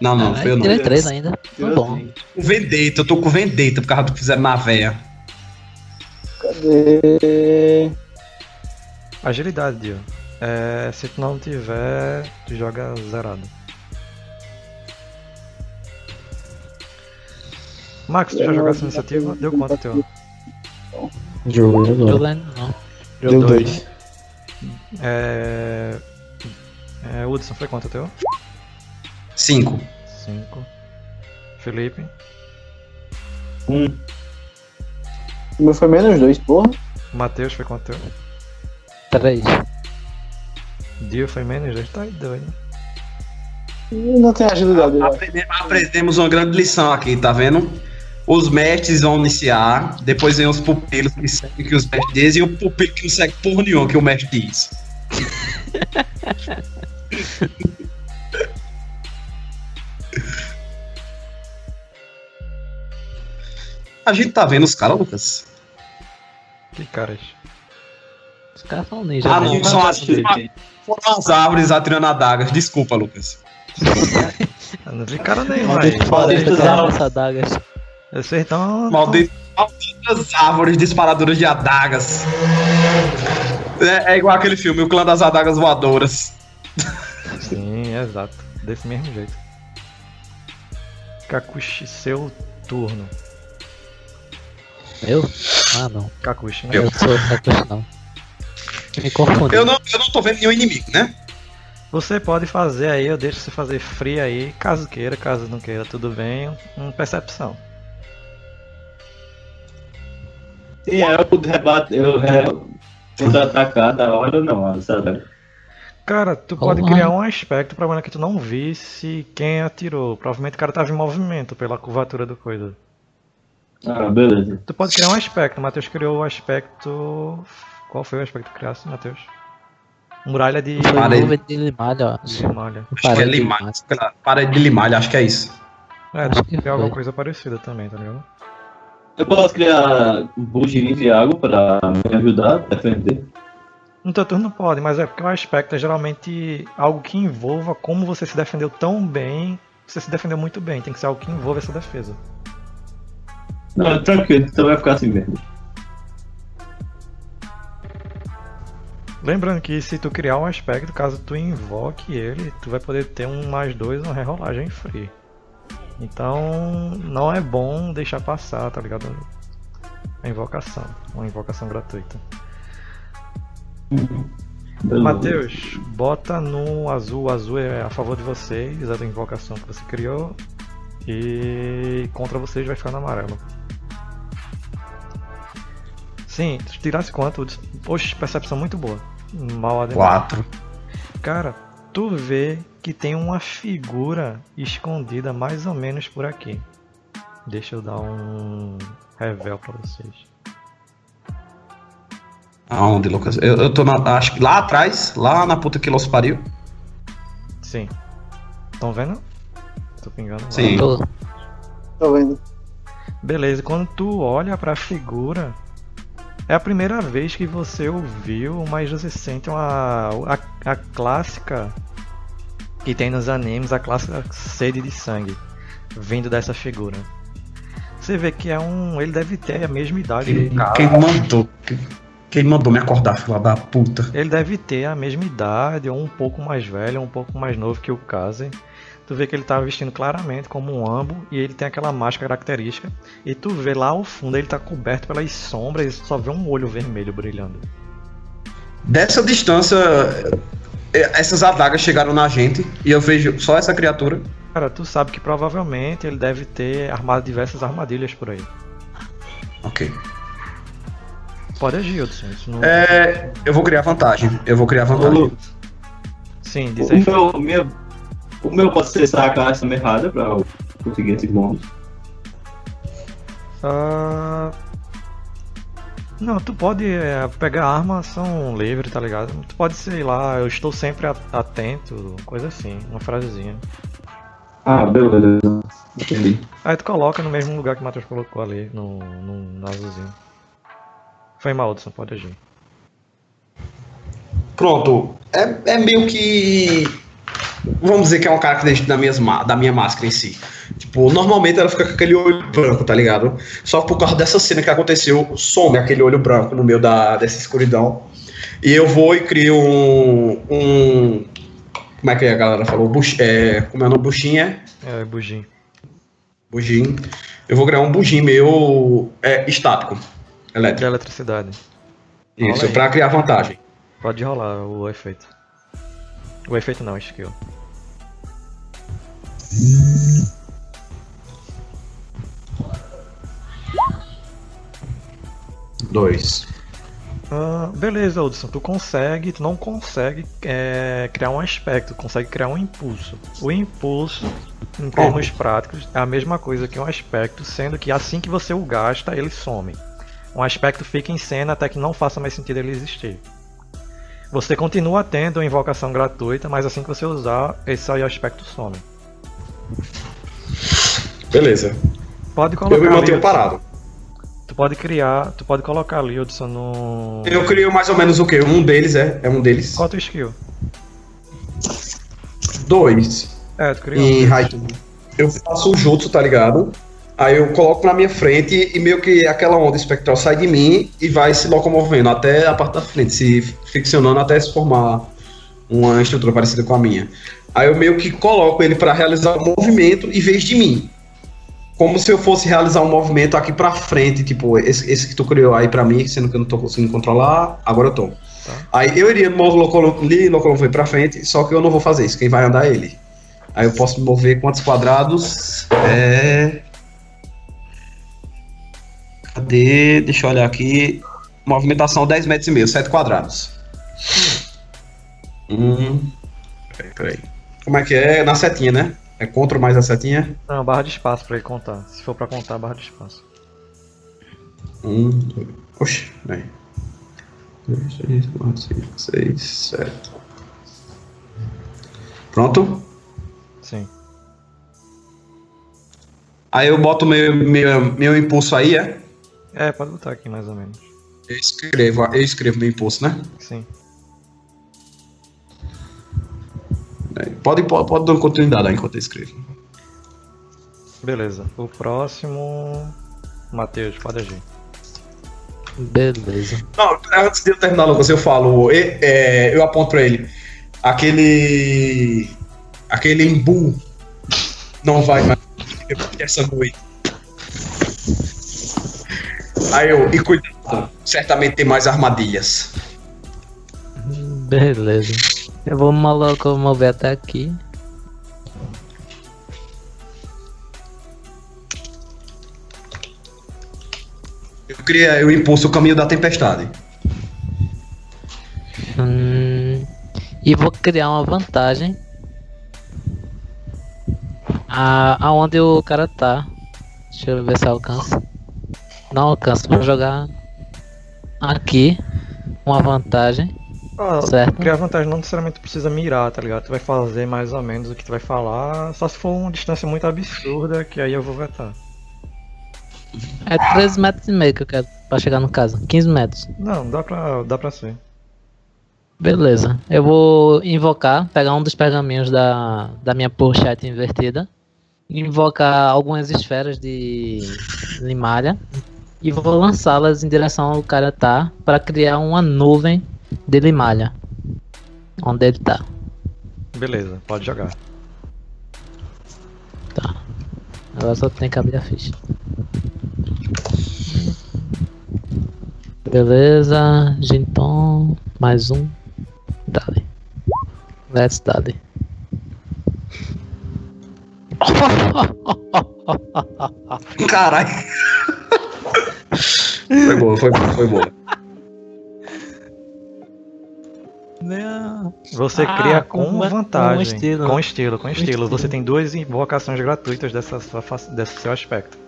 Speaker 1: Não, não, foi eu não.
Speaker 4: né? Tirei três ainda.
Speaker 1: é
Speaker 4: Tá bom.
Speaker 1: Com vendetta, eu tô com vendetta por causa do que fizeram na véia.
Speaker 3: Cadê?
Speaker 2: Agilidade, Dio. É, se tu não tiver, tu joga zerado. Max, tu já
Speaker 3: Eu
Speaker 2: jogou
Speaker 3: não-
Speaker 2: essa iniciativa? Deu quanto teu?
Speaker 5: Jogo agora.
Speaker 4: Jogo ainda não.
Speaker 5: Deu dois.
Speaker 2: É. É. Hudson, foi quanto teu?
Speaker 1: Cinco.
Speaker 2: 5. Felipe?
Speaker 3: O meu foi menos dois, porra.
Speaker 2: Matheus, foi quanto teu?
Speaker 4: Três.
Speaker 2: Dio foi menos dois. Tá doido.
Speaker 3: Ih, Não tem agilidade. eu acho.
Speaker 1: Aprende- Aprendemos uma grande lição aqui, tá vendo? Os mestres vão iniciar, depois vem os pupilos que seguem o que os mestres dizem e o pupilo que não segue porra nenhuma que o mestre diz. A gente tá vendo os caras, Lucas?
Speaker 2: Que caras.
Speaker 4: Os caras são ninja.
Speaker 1: Ah,
Speaker 4: né?
Speaker 1: não, são as, foram as árvores atirando adagas. Desculpa, Lucas.
Speaker 2: Eu não vi cara nenhum aí.
Speaker 5: Maldito
Speaker 4: Maldito
Speaker 5: maldito
Speaker 4: Zé das Adagas.
Speaker 2: Vocês estão.
Speaker 1: Maldito- Malditas árvores disparadoras de adagas. É, é igual aquele filme, O Clã das Adagas Voadoras.
Speaker 2: Sim, exato. Desse mesmo jeito. Kakushi, seu turno.
Speaker 4: Eu? Ah, não.
Speaker 2: Kakushi, né?
Speaker 1: Eu.
Speaker 4: Eu sou Sakushi, não. Me confundi.
Speaker 1: Eu não, eu não tô vendo nenhum inimigo, né?
Speaker 2: Você pode fazer aí, eu deixo você fazer free aí, caso queira, caso não queira, tudo bem. Um percepção.
Speaker 6: Sim, aí eu pude rebater, é eu é, re... pude atacar da hora não, sabe?
Speaker 2: Cara, tu pode
Speaker 4: Olá.
Speaker 2: criar um aspecto, o problema é que tu não visse quem atirou. Provavelmente o cara tava em movimento pela curvatura do coisa.
Speaker 6: Ah, beleza.
Speaker 2: Tu pode criar um aspecto, o Matheus criou o aspecto. Qual foi o aspecto que criasse, Matheus? Muralha de.
Speaker 4: Foi
Speaker 1: Parei.
Speaker 4: nuvem de limalha, ó.
Speaker 2: de malha.
Speaker 1: Acho
Speaker 4: Parede
Speaker 1: que é
Speaker 4: de
Speaker 1: limalha.
Speaker 4: malha.
Speaker 1: Parede de limalha, acho que é isso.
Speaker 2: É,
Speaker 4: Acho
Speaker 2: tu
Speaker 4: que
Speaker 2: criar alguma
Speaker 4: foi.
Speaker 2: coisa parecida também, tá ligado?
Speaker 6: Eu posso criar bugirim de água pra me ajudar a defender.
Speaker 2: No teu turno pode, mas é porque o aspecto é geralmente algo que envolva como você se defendeu tão bem. Você se defendeu muito bem, tem que ser algo que envolva essa defesa.
Speaker 6: Não, tranquilo, então vai ficar assim mesmo.
Speaker 2: Lembrando que se tu criar um aspecto, caso tu invoque ele, tu vai poder ter um mais dois uma rerolagem free. Então não é bom deixar passar, tá ligado? A invocação. Uma invocação gratuita.
Speaker 6: Beleza.
Speaker 2: Matheus, bota no azul. O azul é a favor de vocês, a da invocação que você criou. E contra vocês vai ficar no amarelo. Sim, se tirasse quanto? Oxe, percepção muito boa. Mal ademais.
Speaker 1: Quatro.
Speaker 2: Cara, tu vê que tem uma figura escondida mais ou menos por aqui. Deixa eu dar um revel pra vocês.
Speaker 1: Aonde, Lucas? Eu, eu tô na, acho que lá atrás, lá na puta que los pariu.
Speaker 2: Sim. Estão vendo? Tô pingando. lá.
Speaker 1: Sim.
Speaker 4: Tô.
Speaker 3: Tô vendo.
Speaker 2: Beleza, quando tu olha pra figura, é a primeira vez que você ouviu, mas você sente uma a, a clássica que tem nos animes, a clássica sede de sangue vindo dessa figura. Você vê que é um, ele deve ter a mesma idade do
Speaker 1: Quem,
Speaker 2: cara.
Speaker 1: quem mandou? Quem, quem mandou me acordar, filha da puta?
Speaker 2: Ele deve ter a mesma idade, ou um pouco mais velho, ou um pouco mais novo que o Kaze. Tu vê que ele tá vestindo claramente como um ambo e ele tem aquela máscara característica. E tu vê lá ao fundo ele tá coberto pelas sombras e só vê um olho vermelho brilhando.
Speaker 1: Dessa distância, eh, essas adagas chegaram na gente e eu vejo só essa criatura.
Speaker 2: Cara, tu sabe que provavelmente ele deve ter armado diversas armadilhas por aí.
Speaker 1: Ok.
Speaker 2: Pode agir, Hudson. Isso não...
Speaker 1: É, eu vou criar vantagem. Eu vou criar
Speaker 6: Ô,
Speaker 1: vantagem.
Speaker 6: Lu,
Speaker 2: Sim, diz
Speaker 6: o
Speaker 2: aí.
Speaker 6: meu, o meu, o meu pode ser sacar essa merrada pra eu conseguir esse bônus.
Speaker 2: Ah, Não, tu pode é, pegar arma, são livre, tá ligado? Tu pode, sei lá, eu estou sempre a- atento, coisa assim, uma frasezinha.
Speaker 6: Ah, beleza. Entendi.
Speaker 2: Aí tu coloca no mesmo lugar que o Matheus colocou ali, no, no, no azulzinho. Foi mal, Hudson, pode agir.
Speaker 1: Pronto. É, é meio que. Vamos dizer que é uma característica da minha, da minha máscara em si. Tipo, normalmente ela fica com aquele olho branco, tá ligado? Só por causa dessa cena que aconteceu, some aquele olho branco no meio da, dessa escuridão. E eu vou e crio um. um como é que a galera falou? Bush, é, como é o nome? Buchinha?
Speaker 2: É, Bugim.
Speaker 1: Bugim. Eu vou criar um bugim meu é, estático.
Speaker 2: É De
Speaker 1: Elétrico.
Speaker 2: eletricidade.
Speaker 1: Isso,
Speaker 2: aí.
Speaker 1: pra criar vantagem.
Speaker 2: Pode rolar o efeito. O efeito não, skill.
Speaker 1: Dois.
Speaker 2: Ah, beleza, Hudson, tu consegue, tu não consegue é, criar um aspecto, consegue criar um impulso. O impulso, em termos práticos, é a mesma coisa que um aspecto, sendo que assim que você o gasta, ele some. Um aspecto fica em cena até que não faça mais sentido ele existir. Você continua tendo a invocação gratuita, mas assim que você usar, esse aí é aspecto some.
Speaker 1: Beleza.
Speaker 2: Pode colocar
Speaker 1: Eu me
Speaker 2: ali,
Speaker 1: mantenho
Speaker 2: Hudson.
Speaker 1: parado.
Speaker 2: Tu pode criar, tu pode colocar ali, Hudson, no.
Speaker 1: Eu crio mais ou menos o quê? Um deles é? É um deles.
Speaker 2: Qual a tua skill?
Speaker 1: Dois.
Speaker 2: É, tu criou.
Speaker 1: Em Haikyuu. Eu faço o jutsu, tá ligado? Aí eu coloco na minha frente e meio que aquela onda espectral sai de mim e vai se locomovendo até a parte da frente, se ficcionando até se formar uma estrutura parecida com a minha. Aí eu meio que coloco ele pra realizar o movimento em vez de mim. Como se eu fosse realizar um movimento aqui pra frente, tipo, esse, esse que tu criou aí pra mim, sendo que eu não tô conseguindo controlar, agora eu tô. Aí eu iria me locolo- me locomover pra frente, só que eu não vou fazer isso, quem vai andar é ele. Aí eu posso me mover quantos quadrados? É. Cadê? Deixa eu olhar aqui. Movimentação 10 metros e meio, 7 quadrados. Hum. Peraí, peraí. Como é que é? Na setinha, né? É contra mais a setinha?
Speaker 2: Não, barra de espaço pra ele contar. Se for pra contar, barra de espaço.
Speaker 1: Um, dois. Oxi, peraí. Dois, três, quatro, cinco, seis, sete. Pronto?
Speaker 2: Sim.
Speaker 1: Aí eu boto meu, meu, meu impulso aí, é?
Speaker 2: É, pode botar aqui mais ou menos.
Speaker 1: Eu escrevo, eu escrevo meu impulso, né?
Speaker 2: Sim.
Speaker 1: É, Pode, pode, pode dar continuidade aí enquanto eu escrevo.
Speaker 2: Beleza. O próximo. Matheus, pode agir.
Speaker 4: Beleza.
Speaker 1: Não, antes de eu terminar, Lucas, eu falo. e- é, eu aponto pra ele. Aquele. Aquele embu não vai mais essa noite. Aí eu, e cuidado, certamente tem mais armadilhas.
Speaker 4: Beleza. Eu vou me locomover até aqui.
Speaker 1: Eu queria, eu impulso o caminho da tempestade.
Speaker 4: Hum, e vou criar uma vantagem. A, aonde o cara tá. Deixa eu ver se alcança. Não alcança, vou jogar aqui. Uma vantagem,
Speaker 2: Ah,
Speaker 4: certo?
Speaker 2: criar vantagem não necessariamente precisa mirar, tá ligado? Tu vai fazer mais ou menos o que tu vai falar, só se for uma distância muito absurda, que aí eu vou vetar.
Speaker 4: É 13 metros e meio que eu quero pra chegar no caso. 15 metros.
Speaker 2: Não, dá pra, dá pra ser.
Speaker 4: Beleza. Eu vou invocar, pegar um dos pergaminhos da, da minha pochete invertida, invocar algumas esferas de limalha e vou lançá-las em direção ao cara tá para criar uma nuvem de limalha. Onde ele tá.
Speaker 2: Beleza, pode jogar.
Speaker 4: Agora só tem que abrir a ficha. Beleza, Ginton, mais um. Dale. Let's dale.
Speaker 1: Caralho. foi boa, foi boa, foi boa.
Speaker 4: Não.
Speaker 2: Você
Speaker 4: Ah,
Speaker 2: cria
Speaker 4: com
Speaker 2: com,
Speaker 4: uma-
Speaker 2: vantagem.
Speaker 4: com um
Speaker 2: Com
Speaker 4: estilo. Um
Speaker 2: estilo. Com um estilo,
Speaker 4: estilo.
Speaker 2: Você tem duas invocações gratuitas dessa sua face- desse seu aspecto.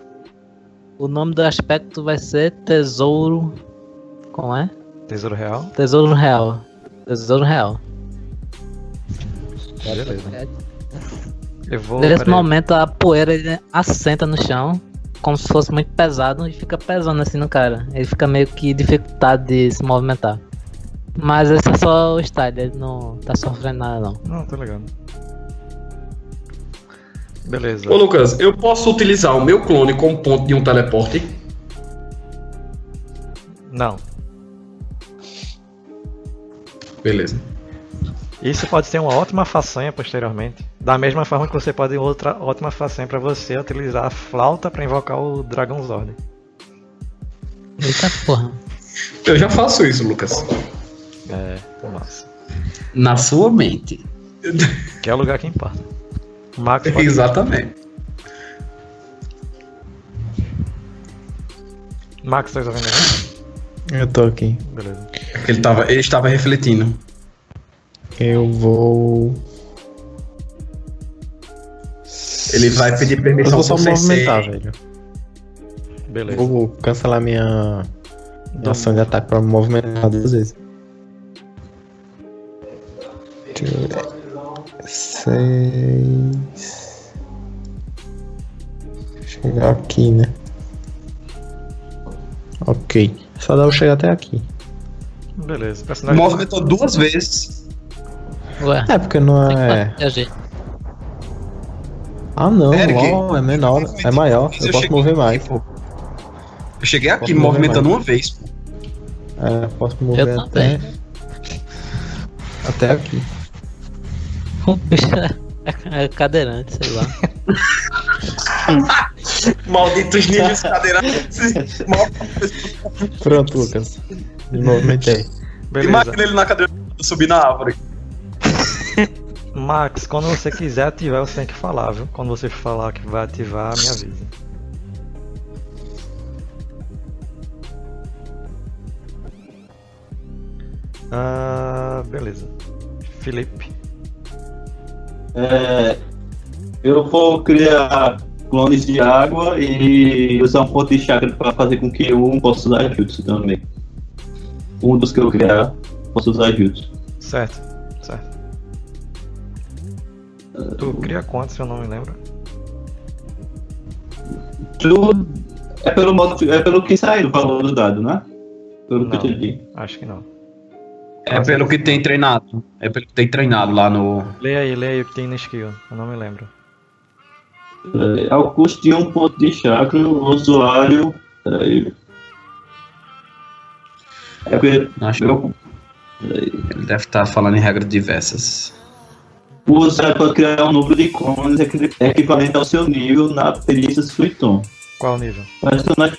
Speaker 4: O nome do aspecto vai ser Tesouro. Como é?
Speaker 2: Tesouro real.
Speaker 4: Tesouro Real. Tesouro Real.
Speaker 2: Beleza. Eu vou.
Speaker 4: Nesse
Speaker 2: peraí.
Speaker 4: momento a poeira ele assenta no chão, como se fosse muito pesado, e fica pesando assim no cara. Ele fica meio que dificultado de se movimentar. Mas esse é só o style, ele não tá sofrendo nada não.
Speaker 2: Não, tá ligado. Beleza.
Speaker 1: Ô Lucas, eu posso utilizar o meu clone como ponto de um teleporte?
Speaker 2: Não.
Speaker 1: Beleza.
Speaker 2: Isso pode ser uma ótima façanha posteriormente. Da mesma forma que você pode outra ótima façanha pra você é utilizar a flauta pra invocar o Dragon Zord.
Speaker 4: Eita porra.
Speaker 1: Eu já faço isso, Lucas.
Speaker 2: É, massa.
Speaker 7: Na sua mente.
Speaker 2: Que é o lugar que importa. Max pode...
Speaker 1: Exatamente.
Speaker 2: Max tá resolvendo né?
Speaker 5: Eu tô aqui.
Speaker 2: Beleza.
Speaker 1: É Ele, tava, ele estava refletindo.
Speaker 5: Eu vou.
Speaker 1: Ele vai pedir
Speaker 5: Eu
Speaker 1: permissão
Speaker 5: vou só
Speaker 1: pro sensei.
Speaker 5: movimentar, velho. Eu
Speaker 2: Beleza.
Speaker 5: vou cancelar minha, minha
Speaker 2: Então,
Speaker 5: ação de ataque pra me movimentar duas vezes. Deixa eu ver. Seis. Chegar aqui, né? Ok. Só dá eu chegar até aqui.
Speaker 2: Beleza. O personagem
Speaker 1: Movimentou duas vezes.
Speaker 4: Ué,
Speaker 5: É, porque não
Speaker 4: tem que
Speaker 5: é.
Speaker 4: fazer viagem.
Speaker 5: Ah, não.
Speaker 1: Eric,
Speaker 5: LOL é menor. É maior.
Speaker 1: eu
Speaker 5: Eu posso
Speaker 1: cheguei
Speaker 5: mover
Speaker 1: aqui,
Speaker 5: mais.
Speaker 1: pô. Eu cheguei aqui
Speaker 5: Posso mover
Speaker 1: movimentando uma vez. pô.
Speaker 5: É, posso mover
Speaker 4: Eu
Speaker 5: até. Até aqui.
Speaker 4: O bicho é, é cadeirante, sei lá.
Speaker 1: Malditos ninjas cadeirantes.
Speaker 5: Pronto, Lucas. Me movimentei.
Speaker 2: Beleza.
Speaker 1: Imagina ele na cadeira subir na árvore.
Speaker 2: Max, quando você quiser ativar, você tem que falar, viu? Quando você falar que vai ativar, me avisa. Ah, beleza. Felipe.
Speaker 6: É, eu vou criar clones de água e usar um ponto de chakra para fazer com que um possa usar jutsu também. Um dos que eu criar possa usar jutsu.
Speaker 2: Certo, certo. Tu cria quanto, se eu não me lembro?
Speaker 6: Tu- é pelo modo, é pelo que saiu o valor do dado, né? Pelo que eu
Speaker 2: Não.
Speaker 6: te digo.
Speaker 2: Acho que não.
Speaker 1: É pelo que tem treinado. É pelo que tem treinado lá no.
Speaker 2: Leia aí, leia aí o que tem na skill. Eu não me lembro.
Speaker 6: É, ao custo de um ponto de chakra, o usuário. Peraí. É porque
Speaker 1: Acho que
Speaker 6: eu,
Speaker 1: ele deve estar falando em regras diversas.
Speaker 6: o usuário pode criar um número de cones equi- equivalente ao seu nível na perícia Suiton.
Speaker 2: Qual o nível?
Speaker 6: Mas tu mais.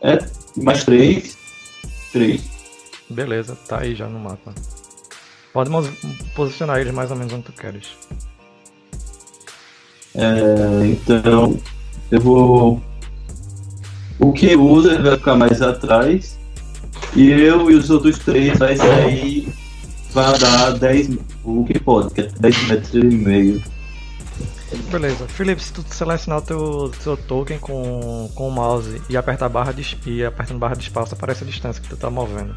Speaker 6: É, mais três. Três.
Speaker 2: Beleza, tá aí já no mapa. Pode mos- posicionar eles mais ou menos onde tu queres.
Speaker 6: É, então, eu vou. O que usa vai ficar mais atrás. E eu e os outros três vai sair. Vai dar 10. O que pode, que é 10 metros e meio.
Speaker 2: Beleza. Felipe, se tu selecionar o teu, seu token com, com o mouse e apertar a barra de, es- e apertando barra de espaço, aparece a distância que tu tá movendo.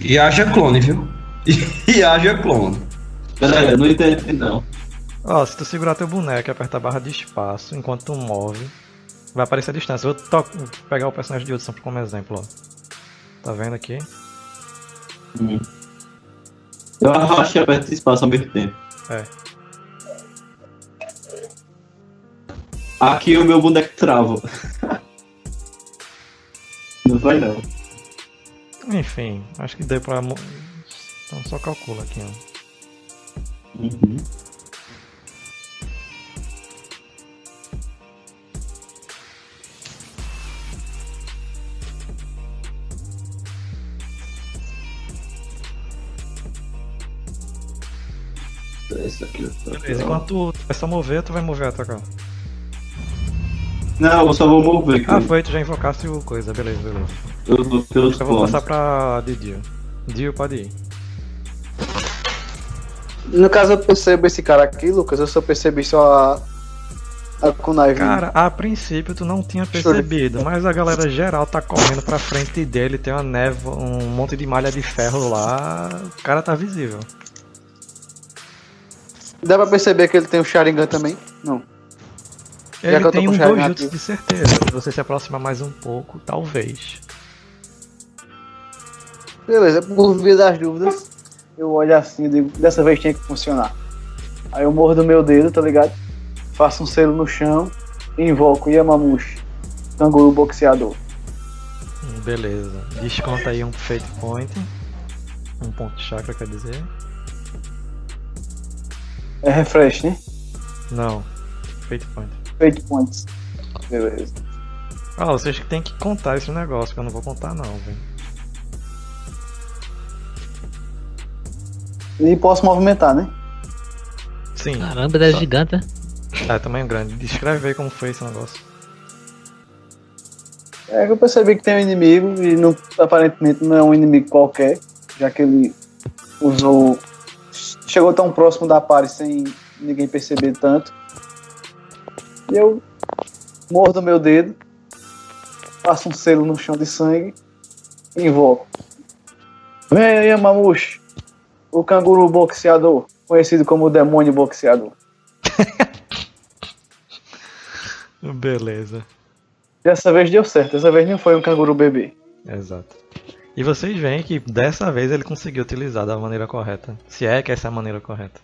Speaker 1: E haja clone, viu? E, e haja clone.
Speaker 6: Galera, eu não entendi não.
Speaker 2: Ó, se tu segurar teu boneco e apertar a barra de espaço enquanto tu move, vai aparecer a distância. Eu to- vou pegar o personagem de Hudson como exemplo, ó. Tá vendo aqui?
Speaker 6: Eu acho que aperto esse espaço ao mesmo tempo.
Speaker 2: É.
Speaker 6: Aqui o meu boneco trava. não vai não.
Speaker 2: Enfim, acho que deu pra mo- Então só calcula aqui, ó.
Speaker 6: Uhum. Esse aqui,
Speaker 2: Beleza, enquanto tu tu vai só mover, tu vai mover a tua cara.
Speaker 6: Não, eu só vou mover
Speaker 2: Ah,
Speaker 6: aqui.
Speaker 2: foi, tu já invocaste o coisa, beleza, beleza.
Speaker 6: eu vou ter os
Speaker 2: Eu vou
Speaker 6: pontos.
Speaker 2: passar pra Didio. Dio, pode ir.
Speaker 3: No caso, eu percebo esse cara aqui, Lucas, eu só percebi só a. a Kunai vindo.
Speaker 2: Cara, a princípio tu não tinha percebido, mas a galera geral tá correndo pra frente dele, tem uma névoa, um monte de malha de ferro lá, o cara tá visível.
Speaker 3: Dá pra perceber que ele tem o Sharingan também? Não. Já que
Speaker 2: Ele
Speaker 3: eu tô
Speaker 2: tem
Speaker 3: com
Speaker 2: um
Speaker 3: chave
Speaker 2: dojutsu
Speaker 3: aqui.
Speaker 2: de certeza, se você se aproximar mais um pouco, talvez.
Speaker 3: Beleza, por via das dúvidas, eu olho assim e digo, dessa vez tinha que funcionar. Aí eu morro do meu dedo, tá ligado? Faço um selo no chão e invoco Yamamushi, canguru boxeador.
Speaker 2: Hum, Beleza, desconta aí um fate point, um ponto de chakra, quer dizer.
Speaker 3: É refresh, né?
Speaker 2: Não, fate point.
Speaker 3: Fate points. Beleza.
Speaker 2: Ah, vocês que tem que contar esse negócio, que eu não vou contar não, velho.
Speaker 3: E posso movimentar, né?
Speaker 2: Sim,
Speaker 4: Caramba, ele é gigante. né?
Speaker 2: tá, tamanho grande. Descreve aí como foi esse negócio.
Speaker 3: É que eu percebi que tem um inimigo e não, aparentemente não é um inimigo qualquer, já que ele usou. chegou tão próximo da pare sem ninguém perceber tanto. E eu mordo meu dedo, passo um selo no chão de sangue e invoco. Vem aí, Yamamushi, o canguru boxeador, conhecido como o demônio boxeador.
Speaker 2: Beleza.
Speaker 3: Dessa vez deu certo, dessa vez não foi um canguru bebê.
Speaker 2: Exato. E vocês veem que dessa vez ele conseguiu utilizar da maneira correta. Se é que essa é a maneira correta.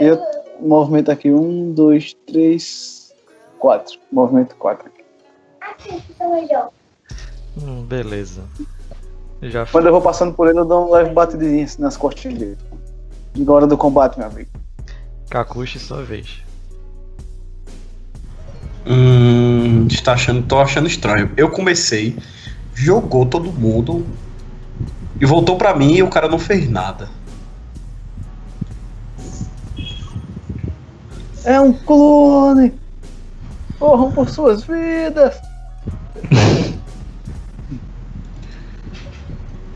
Speaker 3: E eu movimento aqui. Um, dois, três, quatro. Movimento quatro aqui.
Speaker 2: Hum, beleza. Já foi.
Speaker 3: Quando eu vou passando por ele, eu dou um leve batidinho assim nas costas dele. E na hora do combate, meu amigo.
Speaker 2: Kakushi, sua vez.
Speaker 1: Hum, está achando, tô achando estranho. Eu comecei, jogou todo mundo e voltou pra mim e o cara não fez nada.
Speaker 3: É um clone! Corram por suas vidas!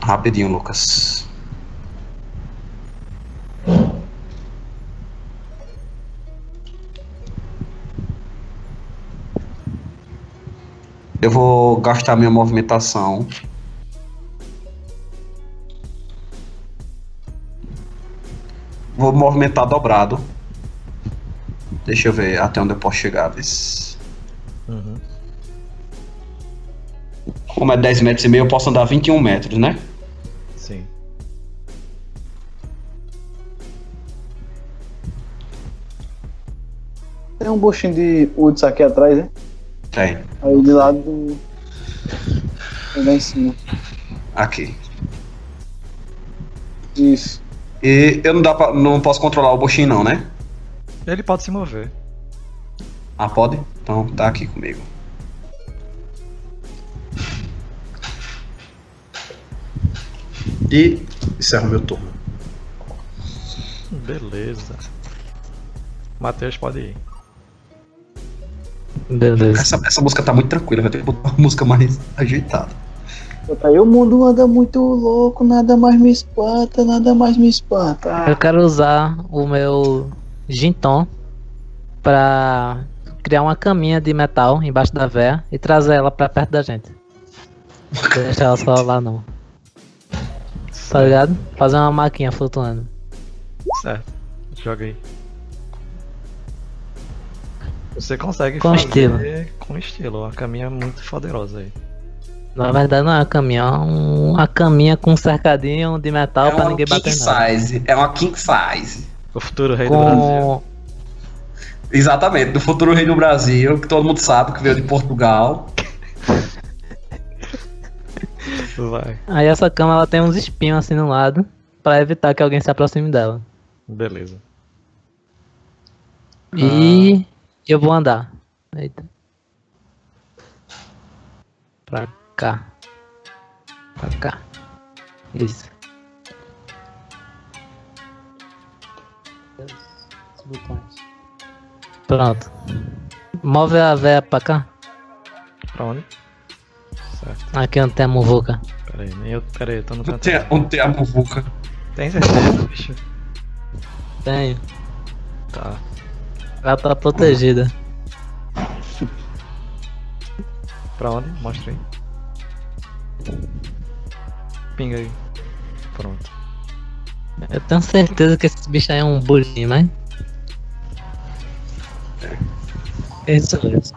Speaker 1: Rapidinho, Lucas. Eu vou gastar minha movimentação. Vou movimentar dobrado. Deixa eu ver até onde eu posso chegar. Vis.
Speaker 2: Uhum.
Speaker 1: Como é 10 metros e meio, eu posso andar 21 metros, né?
Speaker 2: Sim.
Speaker 3: Tem um buchinho de Woods aqui atrás, né?
Speaker 1: Tem.
Speaker 3: Aí de lado do. Tem lá em cima.
Speaker 1: Aqui.
Speaker 3: Isso.
Speaker 1: E eu não, dá pra, não posso controlar o buchinho não, né?
Speaker 2: Ele pode se mover.
Speaker 1: Ah, pode? Então tá aqui comigo. E encerro meu turno.
Speaker 2: Hum, Beleza. Matheus, pode ir.
Speaker 4: Beleza.
Speaker 1: Essa, essa música tá muito tranquila, vai ter que botar uma música mais ajeitada.
Speaker 3: Puta, Aí o mundo anda muito louco, nada mais me espanta, nada mais me espanta.
Speaker 4: Eu quero usar o meu ginton pra criar uma caminha de metal embaixo da véia e trazer ela pra perto da gente. Não vou deixar ela só lá não. Tá ligado? Fazer uma maquinha flutuando.
Speaker 2: Certo. Joga aí. Você consegue
Speaker 4: Com
Speaker 2: fazer
Speaker 4: estilo.
Speaker 2: com estilo. Uma caminha muito poderosa aí.
Speaker 4: Na verdade não é uma caminha, é um- uma caminha com um cercadinho de metal
Speaker 2: É um
Speaker 4: pra ninguém bater nada.
Speaker 1: É size. É uma king size.
Speaker 2: O futuro rei do Brasil.
Speaker 4: Com...
Speaker 1: Exatamente, do futuro rei do Brasil, que todo mundo sabe que veio de Portugal.
Speaker 2: Vai.
Speaker 4: Aí essa cama ela tem uns espinhos assim no lado. pra evitar que alguém se aproxime dela.
Speaker 2: Beleza.
Speaker 4: E eu vou andar. Eita. Pra cá. Pra cá. Isso. Os botões. Pronto. Move a véia pra cá.
Speaker 2: Pra onde? Certo.
Speaker 4: Aqui onde tem a muvuca.
Speaker 2: Pera aí, nem eu. Pera aí, eu tô no canto.
Speaker 1: Onde tem a- Onde tem a muvuca?
Speaker 2: Tem certeza, bicho?
Speaker 4: Tenho.
Speaker 2: Tá.
Speaker 4: Ela tá protegida.
Speaker 2: Pra onde? Mostra aí. Pinga aí. Pronto.
Speaker 4: Eu tenho certeza que esse bicho aí é um bullying, mas. É Isso mesmo.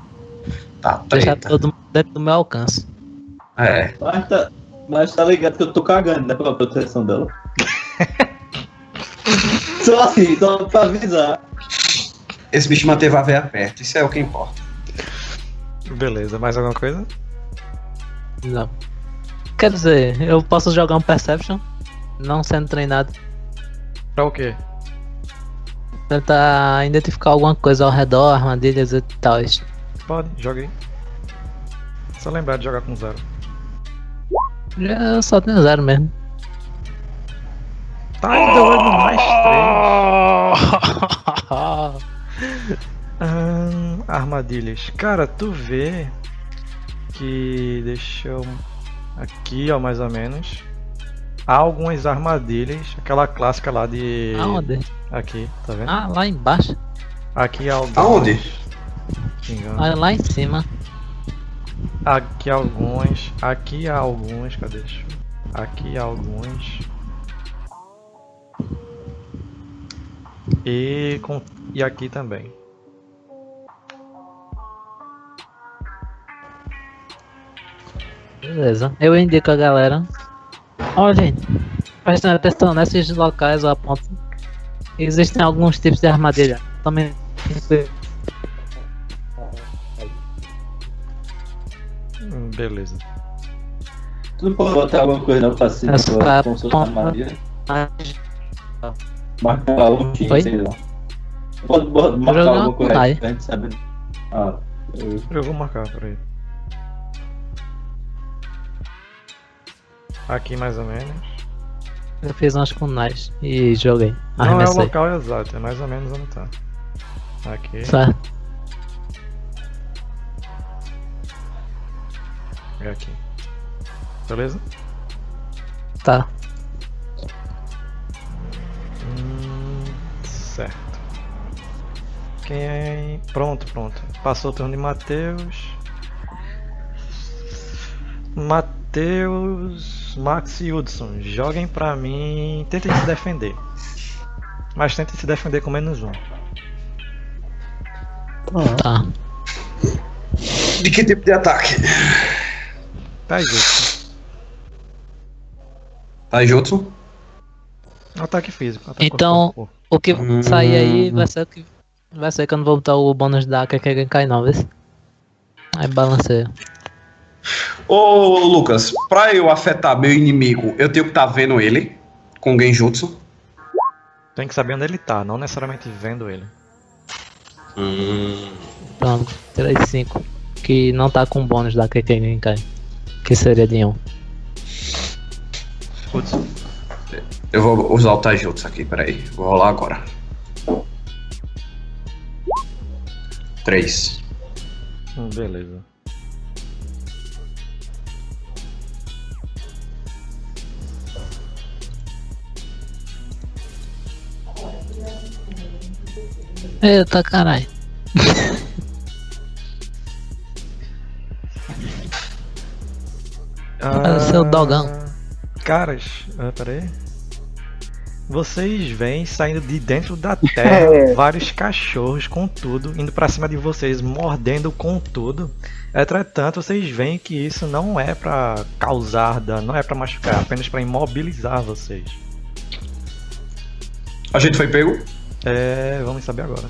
Speaker 7: Tá,
Speaker 4: Deixar
Speaker 7: treta.
Speaker 4: todo mundo dentro do meu alcance.
Speaker 7: É.
Speaker 6: Mas tá, mas tá ligado que eu tô cagando, né? Pela proteção dela. só assim, só pra avisar.
Speaker 1: Esse bicho manteve a veia perto, isso é o que importa.
Speaker 2: Beleza, mais alguma coisa?
Speaker 4: Não. Quer dizer, eu posso jogar um Perception, não sendo treinado,
Speaker 2: Pra o quê?
Speaker 4: tentar identificar alguma coisa ao redor, armadilhas e tal.
Speaker 2: Pode, joga aí. Só lembrar de jogar com zero.
Speaker 4: Eu só tenho zero mesmo.
Speaker 2: Tá ainda olhando mais três. Ahn, Ah, armadilhas. Cara, tu vê que deixa eu aqui, ó, mais ou menos. Há algumas armadilhas, aquela clássica lá de
Speaker 4: Aonde?
Speaker 2: aqui, tá vendo?
Speaker 4: Ah, lá embaixo.
Speaker 2: Aqui algumas.
Speaker 1: Aonde?
Speaker 2: Engano.
Speaker 4: Ah, lá em cima.
Speaker 2: Aqui alguns, aqui há alguns, cadê? Deixa eu- Aqui há alguns. E com e aqui também.
Speaker 4: Beleza. Eu indico a galera. Olhem, prestem atenção nesses locais ou aponto. Existem alguns tipos de armadilha. Também.
Speaker 2: Hum, Beleza.
Speaker 6: Tu não pode botar alguma coisa na faceta
Speaker 4: Essa
Speaker 6: tá pra consultar a
Speaker 4: ponta-
Speaker 6: Maria? Marcar um time,
Speaker 4: Oi?
Speaker 6: sei lá. Pode bo- marcar
Speaker 4: Jogar
Speaker 6: alguma
Speaker 4: com
Speaker 6: coisa
Speaker 4: raio.
Speaker 6: pra gente saber. Ah, eu-
Speaker 2: Eu vou marcar, peraí. Aqui mais ou menos.
Speaker 4: Eu fiz umas com nós e joguei.
Speaker 2: Não é o
Speaker 4: Arremessei.
Speaker 2: local exato, é mais ou menos onde tá. Aqui,
Speaker 4: Certo.
Speaker 2: é aqui. Beleza?
Speaker 4: Tá.
Speaker 2: Hum, certo. Quem. é, Pronto, pronto. Passou o turno de Matheus. Matheus, Max e Hudson, joguem pra mim. Tentem se defender. Mas tentem se defender com menos um.
Speaker 4: Tá.
Speaker 1: De que tipo de ataque?
Speaker 2: Tá justo.
Speaker 1: Tá, Jutsu?
Speaker 2: Ataque físico. ataque
Speaker 4: Então-
Speaker 2: corpo a corpo.
Speaker 4: O que sair aí vai ser o que. Vai ser que eu não vou botar o bônus da AK que alguém cai não, vê? se- Aí balanceia.
Speaker 1: Ô, Lucas, pra eu afetar meu inimigo, eu tenho que estar vendo ele com Genjutsu.
Speaker 2: Tem que saber onde ele tá, não necessariamente vendo ele.
Speaker 4: Pronto, 3, 5. Que não tá com bônus da AK que alguém cai. Que seria de 1.
Speaker 2: Hudson,
Speaker 1: Eu vou usar o Taijutsu aqui, peraí. Vou rolar agora. Três.
Speaker 2: hum, beleza.
Speaker 4: Eita caralho.
Speaker 2: Ah,
Speaker 4: seu dogão.
Speaker 2: Caras, ah, peraí. Vocês vêm saindo de dentro da
Speaker 3: É.
Speaker 2: terra vários cachorros com tudo, indo pra cima de vocês, mordendo com tudo. Entretanto, vocês veem que isso não é pra causar dano, não é pra machucar, é apenas pra imobilizar vocês.
Speaker 1: A gente foi pego?
Speaker 2: É, vamos saber agora.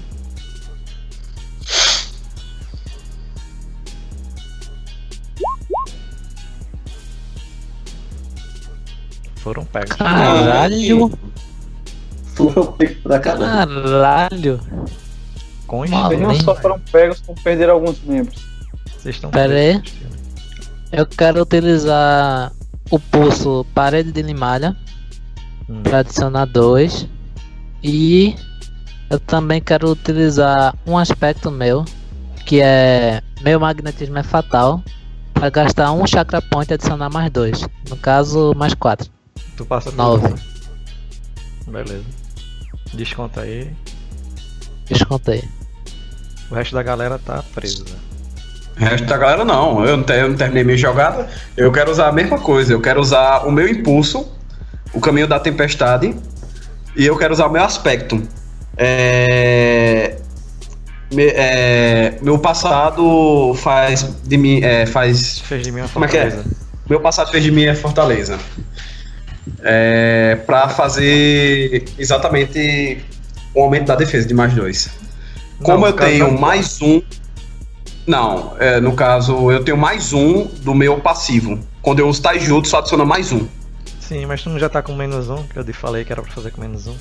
Speaker 2: foram pegos.
Speaker 4: Caralho!
Speaker 7: Foram pegos pra caralho.
Speaker 4: Caralho!
Speaker 2: Com
Speaker 4: Maluco.
Speaker 3: Eles não
Speaker 4: Além,
Speaker 3: só
Speaker 1: um-
Speaker 3: foram pegos por perder alguns membros.
Speaker 2: Vocês estão
Speaker 4: Pera aí.
Speaker 2: presos.
Speaker 4: Eu quero utilizar o pulso parede de limalha
Speaker 2: Hum.
Speaker 4: para adicionar dois. E eu também quero utilizar um aspecto meu, que é meu magnetismo é fatal, para gastar um chakra point e adicionar mais dois. No caso, mais quatro.
Speaker 2: Tu passa tudo. né?
Speaker 4: Nove.
Speaker 2: Beleza. Desconta aí.
Speaker 4: Descontei.
Speaker 2: O resto da galera tá presa.
Speaker 1: O resto da galera não. Eu não, te- eu não terminei minha jogada. Eu quero usar a mesma coisa. Eu quero usar o meu impulso, o caminho da tempestade, e eu quero usar o meu aspecto. É, me- é, Meu passado faz de mim. é, faz.
Speaker 2: Fez de mim uma
Speaker 1: Como é que é?
Speaker 2: fortaleza.
Speaker 1: Meu passado fez de mim é fortaleza. É, pra fazer exatamente o aumento da defesa de mais dois. Como
Speaker 2: Não,
Speaker 1: eu
Speaker 2: no caso,
Speaker 1: tenho
Speaker 2: não.
Speaker 1: mais um. Não, é, no caso, eu tenho mais um do meu passivo. Quando eu uso Taijutsu, só adiciona mais um.
Speaker 2: Sim, mas tu não já tá com menos um, que eu te falei que era pra fazer com menos um.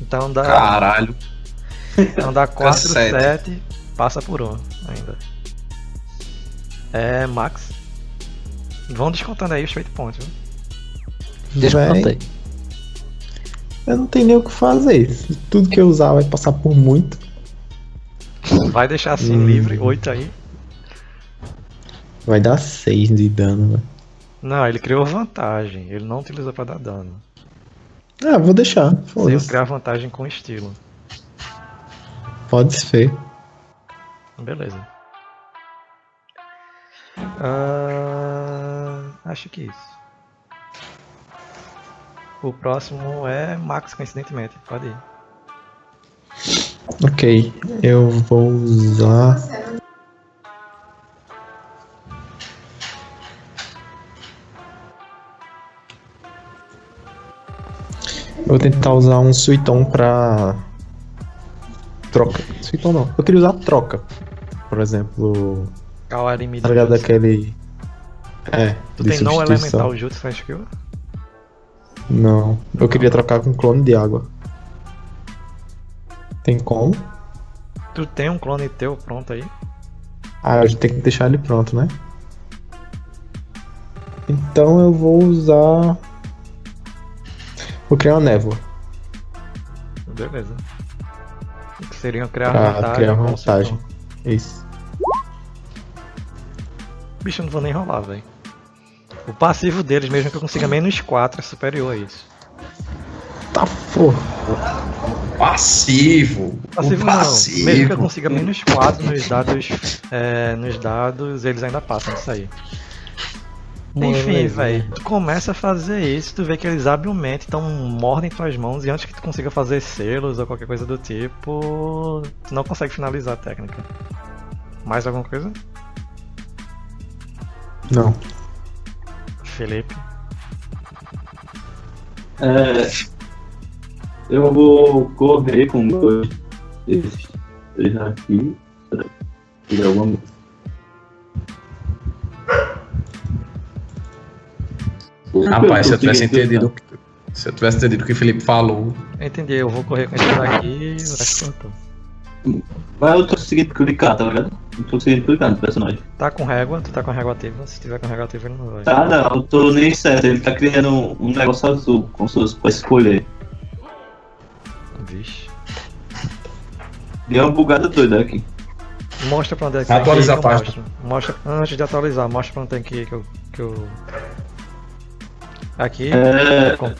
Speaker 2: Então dá.
Speaker 1: Caralho.
Speaker 2: Então dá 4,
Speaker 1: sete.
Speaker 2: 7, passa por 1 ainda. É, Max. Vão descontando aí os 8 pontos, viu?
Speaker 4: Descontei.
Speaker 5: Eu não tenho nem o que fazer. Tudo que eu usar vai passar por muito.
Speaker 2: Vai deixar assim
Speaker 5: Hum.
Speaker 2: livre, 8 aí.
Speaker 5: Vai dar 6 de dano, velho.
Speaker 2: Não, ele criou vantagem, ele não utilizou pra dar dano.
Speaker 5: Ah, vou deixar.
Speaker 2: Você
Speaker 5: Foda-se.
Speaker 2: criar vantagem com estilo.
Speaker 5: Pode ser.
Speaker 2: Beleza. Ah, acho que é isso. O próximo é Max, coincidentemente. Pode ir.
Speaker 5: Ok. Eu vou usar. Eu vou tentar usar um suiton pra. Troca. Suiton não. Eu queria usar troca. Por exemplo.
Speaker 2: Kawari Midori.
Speaker 5: Tá ligado aquele. É.
Speaker 2: Tu
Speaker 5: de
Speaker 2: tem não
Speaker 5: substituição.
Speaker 2: elemental jutsu na skill?
Speaker 5: Não. Eu queria trocar com clone de água. Tem como?
Speaker 2: Tu tem um clone teu pronto aí?
Speaker 5: Ah, a gente tem que deixar ele pronto, né? Então eu vou usar. Vou criar uma névoa.
Speaker 2: Beleza. Que seriam criar
Speaker 5: Pra
Speaker 2: vantagem.
Speaker 5: Ah, criar
Speaker 2: com o
Speaker 5: vantagem.
Speaker 2: seu
Speaker 5: Isso.
Speaker 2: clone. Bicho, eu não vou nem rolar, velho. O passivo deles, mesmo que eu consiga menos 4, é superior a isso.
Speaker 5: Tá porra.
Speaker 1: Passivo.
Speaker 2: Passivo
Speaker 1: O
Speaker 2: não.
Speaker 1: passivo.
Speaker 2: Mesmo que eu consiga menos 4 nos dados, é, nos dados, eles ainda passam isso aí. Enfim,
Speaker 5: Beleza.
Speaker 2: velho, tu começa a fazer isso, tu vê que eles habilmente então mordem tuas mãos e antes que tu consiga fazer selos ou qualquer coisa do tipo, tu não consegue finalizar a técnica. Mais alguma coisa?
Speaker 5: Não.
Speaker 2: Felipe,
Speaker 6: É, eu vou correr com dois desses três aqui. pra Tirar alguma coisa.
Speaker 1: Rapaz, se eu
Speaker 6: Eu consegui
Speaker 2: né?
Speaker 1: tivesse entendido. o que- Se eu tivesse entendido o que o Felipe falou.
Speaker 2: eu entendi, eu vou correr com esse daqui, o resto eu tô.
Speaker 6: Mas eu tô conseguindo clicar, tá ligado? Não tô conseguindo clicar no personagem.
Speaker 2: Tá com régua, tu tá com régua ativa, se tiver com régua ativa ele não vai.
Speaker 6: Tá, não, eu tô nem certo. Ele tá criando um, um negócio azul, como se fosse pra escolher.
Speaker 2: Vixe.
Speaker 6: Deu uma bugada doida aqui.
Speaker 2: Mostra pra onde é que
Speaker 1: Atualiza
Speaker 2: tem que ir,
Speaker 1: a
Speaker 2: eu
Speaker 1: página.
Speaker 2: Mostra, mostra- antes de atualizar, mostra pra onde tem que ir, que eu. Que eu... Aqui.
Speaker 6: É,
Speaker 2: com-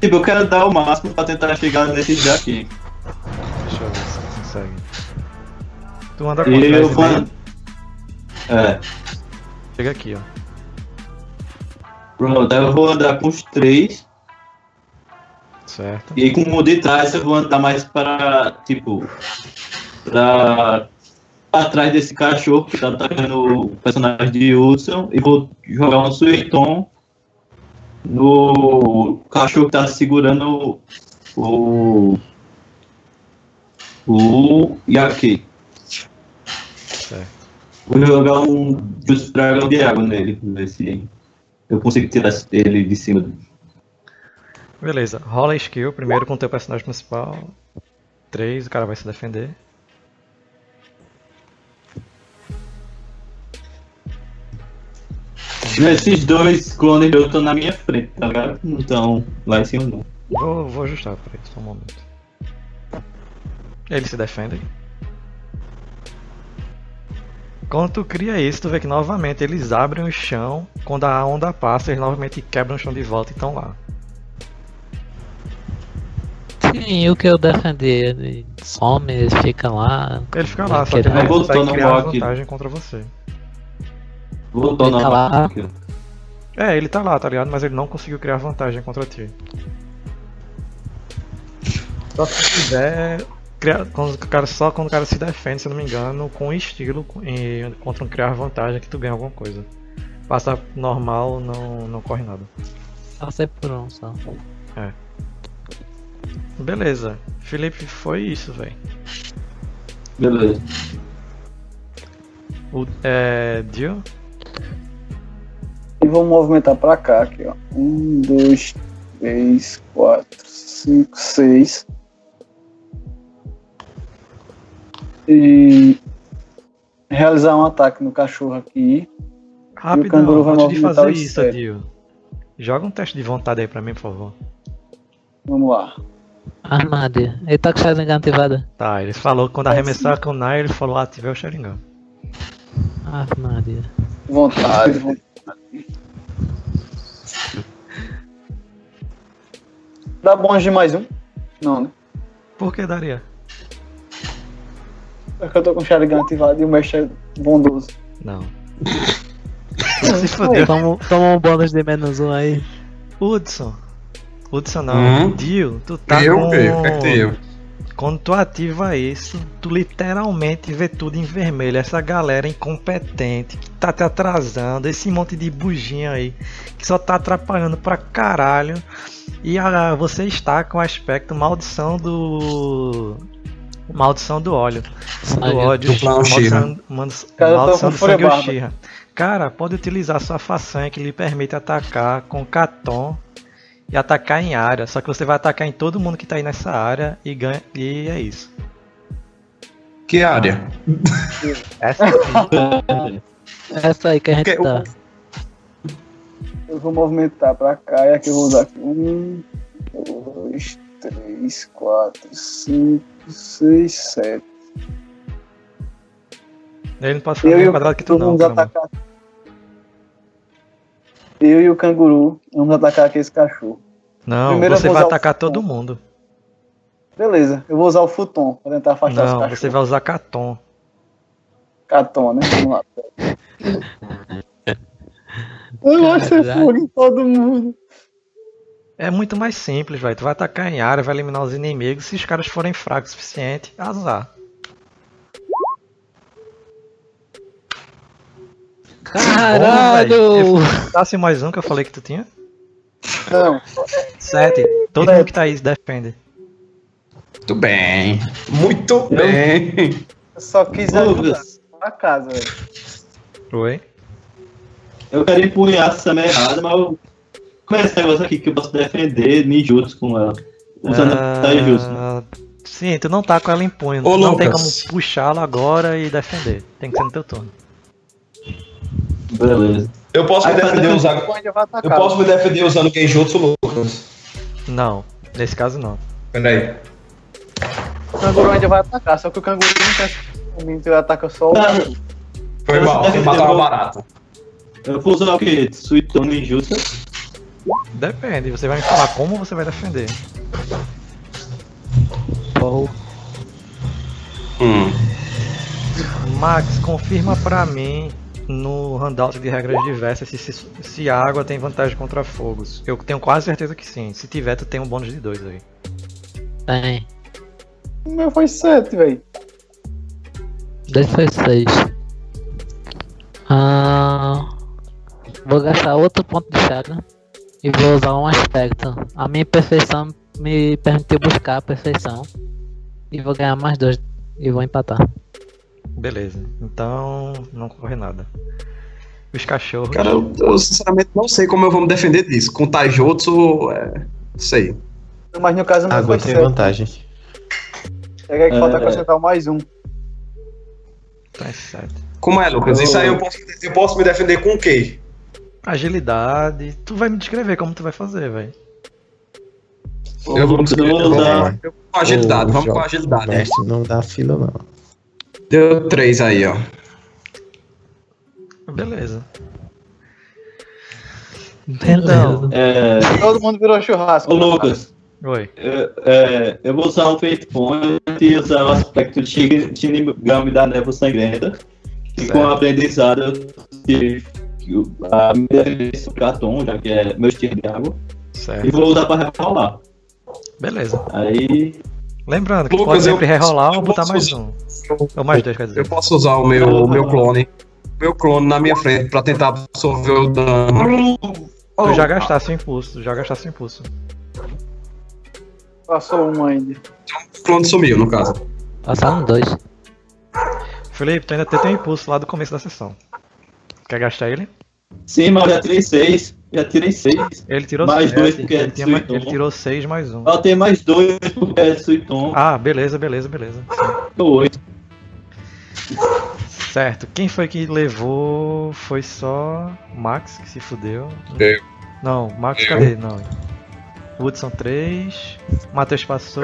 Speaker 6: tipo, eu quero dar o máximo pra tentar chegar nesses daqui.
Speaker 2: Deixa eu ver se tu consegue. Tu anda com
Speaker 6: E eu
Speaker 2: trás
Speaker 6: vou.
Speaker 2: e meio.
Speaker 6: É.
Speaker 2: Chega aqui, ó.
Speaker 6: Pronto, aí eu vou andar com os três.
Speaker 2: Certo.
Speaker 6: E aí com o de trás eu vou andar mais para, tipo, pra, pra trás desse cachorro que tá atacando o personagem de Hudson. E vou jogar um suiton no cachorro que tá segurando o. O Yaki.
Speaker 2: Certo.
Speaker 6: Vou jogar um Juice Dragão de água nele. Ver se
Speaker 7: Eu consigo tirar ele de cima. do-
Speaker 2: Beleza, rola skill primeiro com o teu personagem principal. 3, o cara vai se defender.
Speaker 7: Esses dois clones meus estão na minha frente, tá ligado? Não estão lá em cima, não.
Speaker 2: Vou, vou ajustar, peraí, só um momento. Eles se defendem. Quando tu cria isso, tu vê que novamente eles abrem o chão. Quando a onda passa, eles novamente quebram o chão de volta e estão lá.
Speaker 4: Sim, o que eu defendi, ele some, ele fica lá.
Speaker 2: Ele fica lá, só que
Speaker 4: Ele
Speaker 2: ele não
Speaker 7: voltou
Speaker 2: consegue
Speaker 7: no
Speaker 2: criar uma
Speaker 7: bloco.
Speaker 2: vantagem contra você.
Speaker 7: Voltou
Speaker 4: Ele
Speaker 7: na
Speaker 4: tá lá.
Speaker 2: É, ele tá lá, tá ligado? Mas ele não conseguiu criar vantagem contra ti. Só se quiser. Criar, quando o cara, só quando o cara se defende, se eu não me engano, com estilo com- e contra um criar vantagem que tu ganha alguma coisa. Passar normal não, não corre nada.
Speaker 4: Passei por um só.
Speaker 2: Beleza. Felipe, foi isso, velho.
Speaker 7: Beleza.
Speaker 2: É. Dio?
Speaker 3: E vamos movimentar pra cá, aqui, ó. Um, dois, três, quatro, cinco, seis. E realizar um ataque no cachorro aqui.
Speaker 2: Rápido,
Speaker 3: canguru vai
Speaker 2: antes de
Speaker 3: movimentar
Speaker 2: fazer
Speaker 3: os
Speaker 2: isso,
Speaker 3: sete.
Speaker 2: Dio. Joga um teste de vontade aí pra mim, por favor.
Speaker 3: Vamos lá.
Speaker 4: Armadilha. Ele tá com Sharingan ativado.
Speaker 2: Tá, ele falou que quando arremessar com o Nai, ele falou ativei o Sharingan.
Speaker 4: Armadilha.
Speaker 3: Vontade. vontade. Dá bom de mais um? Não, né?
Speaker 2: Por que daria?
Speaker 3: É que eu tô com o Sharingan ativado e o mestre é bondoso.
Speaker 2: Não. Se fodeu.
Speaker 4: Toma, toma um bônus de menos um aí.
Speaker 2: Hudson. Hudson não.
Speaker 1: Hum?
Speaker 2: Dio, tu tá
Speaker 1: eu,
Speaker 2: com...
Speaker 1: velho, o que é que tem eu?
Speaker 2: Quando tu ativa isso, tu literalmente vê tudo em vermelho. Essa galera incompetente que tá te atrasando, esse monte de buginha aí que só tá atrapalhando pra caralho. E ah, você está com o aspecto maldição do. Maldição do óleo.
Speaker 4: Sangue.
Speaker 2: Do ódio.
Speaker 1: Do clown
Speaker 2: maldição, man-
Speaker 3: Cara, eu
Speaker 2: maldição
Speaker 3: tô com
Speaker 2: do sangue
Speaker 3: furibaba.
Speaker 2: Uchiha. Cara, pode utilizar sua façanha que lhe permite atacar com caton e atacar em área. Só que você vai atacar em todo mundo que tá aí nessa área e ganha. E é isso.
Speaker 1: Que área?
Speaker 2: Essa
Speaker 4: Essa aí que a gente
Speaker 1: Que-
Speaker 4: tá.
Speaker 3: Eu vou movimentar pra cá e aqui eu vou usar aqui. Um, dois, três, quatro, cinco, seis, sete.
Speaker 2: Ele não pode ficar no
Speaker 3: Eu e
Speaker 2: mesmo
Speaker 3: o
Speaker 2: quadrado que tu
Speaker 3: canguru
Speaker 2: não,
Speaker 3: vamos
Speaker 2: caramba.
Speaker 3: atacar. Eu e o canguru vamos atacar aqui esse cachorro.
Speaker 2: Não,
Speaker 3: Primeiro eu
Speaker 2: você
Speaker 3: vou
Speaker 2: vai
Speaker 3: usar o
Speaker 2: atacar
Speaker 3: futon.
Speaker 2: todo mundo.
Speaker 3: Beleza, eu vou usar o futon pra tentar afastar esse
Speaker 2: Não,
Speaker 3: cachorro.
Speaker 2: você vai usar caton.
Speaker 3: Caton, né? Vamos lá. Eu vou ser
Speaker 4: Caralho.
Speaker 3: fogo em todo mundo.
Speaker 2: É muito mais simples, velho. Tu vai atacar em área, vai eliminar os inimigos. Se os caras forem fracos o suficiente, azar.
Speaker 4: Caralho!
Speaker 2: Dá-se mais um que eu falei que tu tinha.
Speaker 3: Não,
Speaker 2: Sete. Todo mundo que tá aí se defende.
Speaker 1: Muito bem. Muito bem.
Speaker 3: eu só quis ajudar.
Speaker 7: Lucas,
Speaker 3: Pra casa, velho.
Speaker 2: Oi?
Speaker 7: eu quero empunhar essa merda errada, mas eu... com esse negócio aqui que eu posso defender ninjutsu com ela. Usando
Speaker 2: Ah,
Speaker 7: a tá injusto.
Speaker 2: Sim, tu não tá com ela em punho.
Speaker 1: Ô,
Speaker 2: não tem como
Speaker 1: Lucas.
Speaker 2: puxá-la agora e defender. Tem que ser no teu turno.
Speaker 7: Beleza.
Speaker 1: Eu posso me
Speaker 7: Aí,
Speaker 1: defender
Speaker 7: mas-
Speaker 1: usando.
Speaker 3: Pô, ainda Então vai
Speaker 1: Eu
Speaker 3: atacar.
Speaker 1: posso me defender usando Genjutsu, Lucas.
Speaker 2: Não, nesse caso não.
Speaker 1: Peraí.
Speaker 3: O canguru ainda vai atacar, só que o canguru não quer. O menino ele ataca só o.
Speaker 7: Tá,
Speaker 1: Foi
Speaker 7: Eu
Speaker 1: mal,
Speaker 7: posso
Speaker 1: você
Speaker 7: defender
Speaker 1: matou uma
Speaker 7: o-
Speaker 1: barata.
Speaker 7: eu vou usar o quê? Suitão ninjutsu.
Speaker 2: Depende, você vai me falar como você vai defender.
Speaker 1: Hum.
Speaker 2: Max, confirma pra mim no handout de regras diversas se, se, se a água tem vantagem contra fogos. Eu tenho quase certeza que sim. Se tiver, tu tem um bônus de 2 aí.
Speaker 4: Tem.
Speaker 3: O meu foi 7, velho.
Speaker 4: Dois foi seis. Ah, vou gastar outro ponto de chakra e vou usar um aspecto. A minha perfeição me permitiu buscar a perfeição. E vou ganhar mais dois. E vou empatar.
Speaker 2: Beleza. Então, não corre nada. Os cachorros.
Speaker 1: Cara, eu, eu sinceramente não sei como eu vou me defender disso. Com Taijutsu, é. Não sei.
Speaker 3: Mas no caso não foi
Speaker 5: Agora tem
Speaker 3: certo.
Speaker 5: vantagem.
Speaker 3: É que
Speaker 7: É.
Speaker 3: falta acrescentar mais um.
Speaker 2: Tá certo.
Speaker 1: Como é, Lucas? Isso aí eu posso, eu posso me defender com o quê?
Speaker 2: Agilidade. Tu vai me descrever como tu vai fazer, velho.
Speaker 1: Eu vou descrever.
Speaker 7: Eu vou dar-
Speaker 1: Eu vou com agilidade,
Speaker 5: Ô,
Speaker 1: vamos com
Speaker 5: Jorge,
Speaker 1: agilidade. né?
Speaker 5: Mestre, não dá fila, não.
Speaker 1: Deu três aí, ó.
Speaker 7: Hum.
Speaker 2: Beleza. Então,
Speaker 4: Beleza.
Speaker 7: É,
Speaker 3: Todo mundo virou churrasco.
Speaker 7: ô Lucas,
Speaker 2: Oi.
Speaker 7: eu, é, eu vou usar um fate point e usar o aspecto Shin- Shinigami da névoa sangrenta. E com o aprendizado eu tive a minha defesa pra Tom, já que é meu estilo de água. E
Speaker 2: Certo.
Speaker 7: vou usar pra rerolar.
Speaker 2: Beleza.
Speaker 7: Aí.
Speaker 2: Lembrando que
Speaker 1: Lucas,
Speaker 2: pode sempre
Speaker 1: eu-
Speaker 2: rerolar ou
Speaker 1: eu
Speaker 2: botar
Speaker 1: posso
Speaker 2: mais
Speaker 1: usar-
Speaker 2: um. Ou mais dois, quer dizer.
Speaker 1: Eu posso usar o meu, o meu clone. Meu clone na minha frente pra tentar absorver o dano.
Speaker 2: Tu já gastasse o impulso, tu já gastasse o impulso.
Speaker 3: Passou um ainda.
Speaker 1: O clone sumiu, no caso.
Speaker 4: Passaram dois.
Speaker 2: Felipe, tu ainda tem teu impulso lá do começo da sessão. Quer gastar ele?
Speaker 7: Sim, mas eu já tirei seis. Já tirei seis.
Speaker 2: Ele tirou
Speaker 7: Mais
Speaker 2: seis.
Speaker 7: dois,
Speaker 2: ele,
Speaker 7: porque é
Speaker 2: tinha mais-
Speaker 7: dezoito,
Speaker 2: ele
Speaker 7: né?
Speaker 2: tirou seis mais um.
Speaker 7: Ela tem mais dois porque é Suiton.
Speaker 2: Ah, beleza, beleza, beleza.
Speaker 7: oito.
Speaker 2: Certo. Quem foi que levou? Foi só Max que se fudeu.
Speaker 1: Eu.
Speaker 2: Não, Max, cadê? Não. Woodson 3. Matheus passou.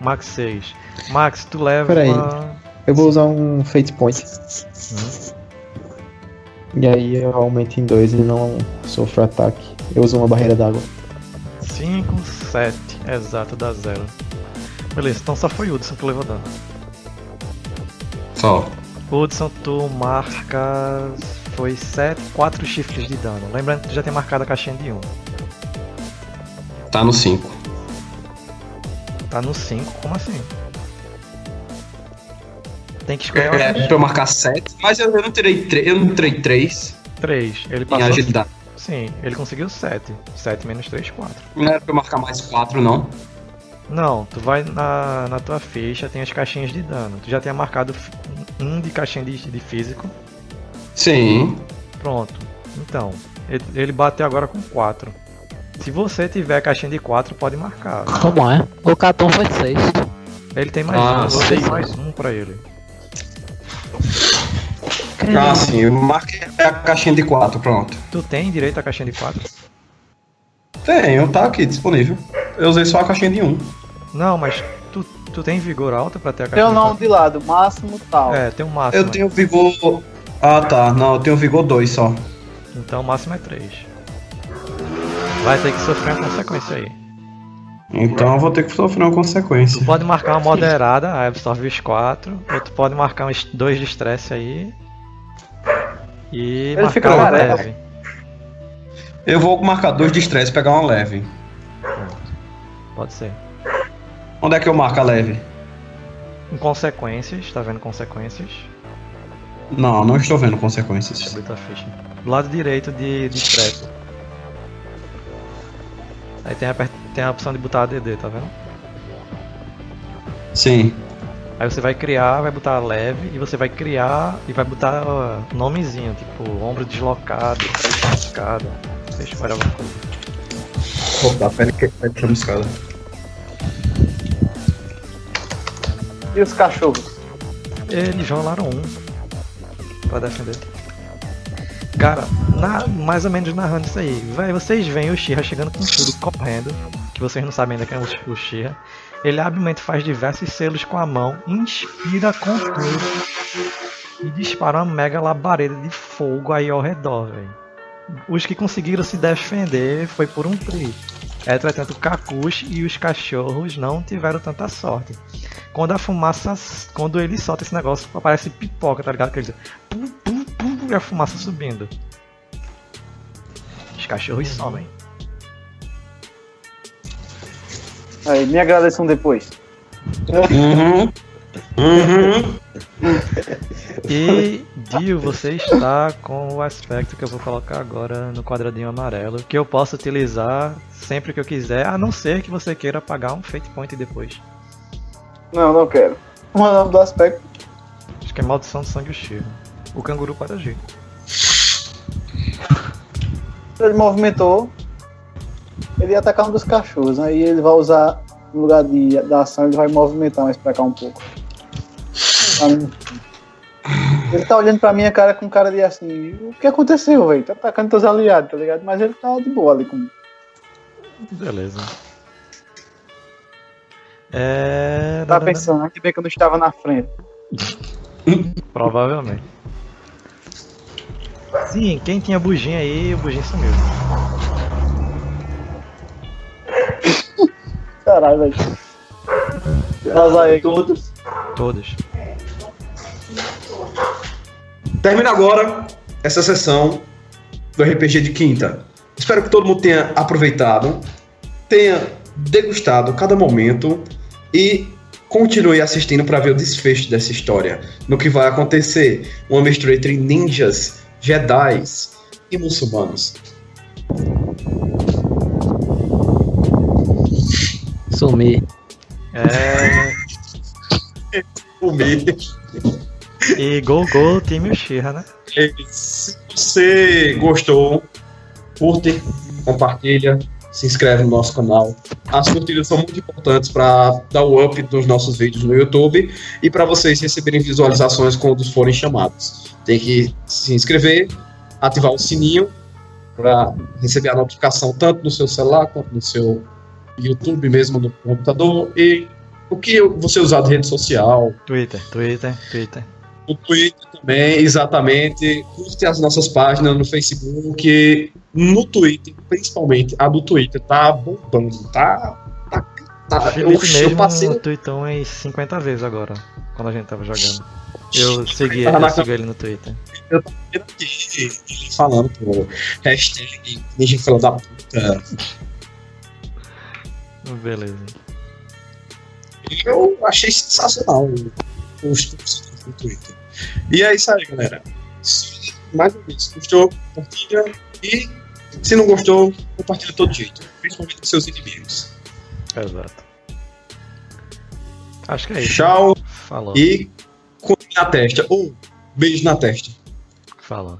Speaker 2: Max 6. Max, tu leva.
Speaker 5: Peraí. Eu vou usar um Fate Point. E aí eu aumento em dois e não sofro ataque. Eu uso uma barreira d'água.
Speaker 2: 5, 7. Exato, dá 0. Beleza, então só foi Woodson que levou dano.
Speaker 1: Só.
Speaker 2: Hudson, tu marca. Foi 7, 4 chifres de dano. Lembrando que tu já tem marcado a caixinha de 1.
Speaker 1: Tá no 5.
Speaker 2: Tá no 5, como assim? Tem que escolher
Speaker 1: É,
Speaker 2: uma
Speaker 1: pra eu marcar 7. Mas eu, eu não tirei 3. Eu não tirei 3
Speaker 2: 3. Ele
Speaker 1: em
Speaker 2: passou.
Speaker 1: agilidade.
Speaker 2: Sim, ele conseguiu 7. 7 menos 3, 4.
Speaker 1: Não era pra eu marcar mais 4, não.
Speaker 2: Não, tu vai na, na tua ficha, tem as caixinhas de dano. Tu já tinha marcado f- um de caixinha de, de físico.
Speaker 1: Sim.
Speaker 2: Pronto. Então, ele, ele bateu agora com 4. Se você tiver a caixinha de 4, pode marcar.
Speaker 4: Como é? O Caton foi seis.
Speaker 2: Ele tem mais
Speaker 1: Ah,
Speaker 2: um, você
Speaker 1: sim.
Speaker 2: tem mais um pra ele.
Speaker 1: Ah, sim. Eu marquei a caixinha de 4, pronto.
Speaker 2: Tu tem direito à caixinha de 4?
Speaker 1: Tenho, tá aqui disponível. Eu usei só a caixinha de 1.
Speaker 2: Não, mas tu, tu tem vigor alto pra ter a caixinha
Speaker 3: Seu nome
Speaker 2: de
Speaker 3: um de lado, máximo tal.
Speaker 2: 4? É, tem o máximo.
Speaker 1: Eu tenho vigor. Ah, tá. Não, eu tenho vigor 2 só.
Speaker 2: Então o máximo é 3. Vai ter que sofrer uma consequência aí.
Speaker 1: Então eu vou ter que sofrer uma consequência.
Speaker 2: Tu pode marcar uma moderada, aí absorve os 4. Ou tu pode marcar uns 2 de estresse aí. E
Speaker 3: Ele
Speaker 2: marcar
Speaker 3: fica
Speaker 2: uma
Speaker 3: careca.
Speaker 2: leve.
Speaker 1: Eu vou marcar 2 de estresse e pegar uma leve.
Speaker 2: Pode ser.
Speaker 1: Onde é que eu marco a leve?
Speaker 2: Em consequências, tá vendo consequências?
Speaker 1: Não, não estou vendo
Speaker 2: Deixa eu
Speaker 1: consequências.
Speaker 2: abrir tua ficha. Do lado direito de, de estresse. Aí tem a, per- tem a opção de botar ADD, tá vendo?
Speaker 1: Sim.
Speaker 2: Aí você vai criar, vai botar leve e você vai criar e vai botar ó, nomezinho, tipo ombro deslocado, pele chamuscada. Deixa eu parar alguma coisa.
Speaker 1: Opa, pele que pele chamuscada.
Speaker 3: E os cachorros?
Speaker 2: Eles rolaram um pra defender. Cara, na- mais ou menos narrando isso aí. Véi, vocês veem o Shira chegando com tudo, correndo, que vocês não sabem ainda quem é o- o Shira. Ele habilmente faz diversos selos com a mão, inspira com tudo e dispara uma mega labareda de fogo aí ao redor, velho. Os que conseguiram se defender foi por um tri. Entretanto, Kakushi e os cachorros não tiveram tanta sorte. Quando a fumaça. Quando ele solta esse negócio, aparece pipoca, tá ligado? Aquele. Pum, pum, pum, e a fumaça subindo. Os cachorros somem.
Speaker 3: Aí, me agradeçam depois.
Speaker 1: Uhum. Uhum.
Speaker 2: E, Dio, você está com o aspecto que eu vou colocar agora no quadradinho amarelo, que eu posso utilizar sempre que eu quiser, a não ser que você queira pagar um fate point depois.
Speaker 3: Não, não quero. O nome do aspecto.
Speaker 2: Acho que é maldição do sangue Shiro. O canguru pode agir.
Speaker 3: Ele movimentou. Ele ia atacar um dos cachorros. Aí ele vai usar, no lugar de, da ação, ele vai movimentar mais pra cá um pouco. Pra mim. Ele tá olhando pra minha cara com cara de assim, o que aconteceu, velho? Tá atacando teus aliados, tá ligado? Mas ele tá de boa ali comigo.
Speaker 2: Beleza. É.
Speaker 3: Tá
Speaker 2: dadada-
Speaker 3: pensando, né? que bem que eu não estava na frente.
Speaker 2: Provavelmente. Sim, quem tinha bugim aí, o bugim sumiu.
Speaker 3: Caralho, velho. Vaza aí.
Speaker 7: Todos.
Speaker 2: Todos.
Speaker 1: Termina agora essa sessão do RPG de quinta. Espero que todo mundo tenha aproveitado, tenha degustado cada momento e continue assistindo para ver o desfecho dessa história. No que vai acontecer, uma mistura entre ninjas, jedis e muçulmanos.
Speaker 4: Sumir.
Speaker 2: É.
Speaker 1: O mês.
Speaker 2: E gol, gol, time Uchiha, né?
Speaker 1: Se você gostou, curte, compartilha, se inscreve no nosso canal. As curtidas são muito importantes para dar o up dos nossos vídeos no YouTube e para vocês receberem visualizações quando forem chamados. Tem que se inscrever, ativar o sininho para receber a notificação tanto no seu celular quanto no seu YouTube mesmo no computador e o que você usar de rede social,
Speaker 2: Twitter, Twitter, Twitter.
Speaker 1: o Twitter também, exatamente. Curte as nossas páginas no Facebook, no Twitter, principalmente. A do Twitter tá bombando, tá? tá, tá- eu,
Speaker 2: Felipe
Speaker 1: eu passei.
Speaker 2: mesmo tweetou umas 50 vezes agora, quando a gente tava jogando. Eu segui ele,
Speaker 1: Tava
Speaker 2: eu
Speaker 1: na
Speaker 2: sigo ele no Twitter.
Speaker 1: primeiro aqui, ele falando, pô. Hashtag Ninja Fila da Puta.
Speaker 2: Beleza.
Speaker 1: Eu achei sensacional os tweets do Twitter. E é isso aí, galera. Se- Mais uma vez, gostou, compartilha. E se não gostou, compartilha de todo jeito, principalmente com seus inimigos.
Speaker 2: Exato. Acho que é isso.
Speaker 1: Tchau.
Speaker 2: Falou.
Speaker 1: e com na testa. Um, Ou beijo na testa.
Speaker 2: Falou.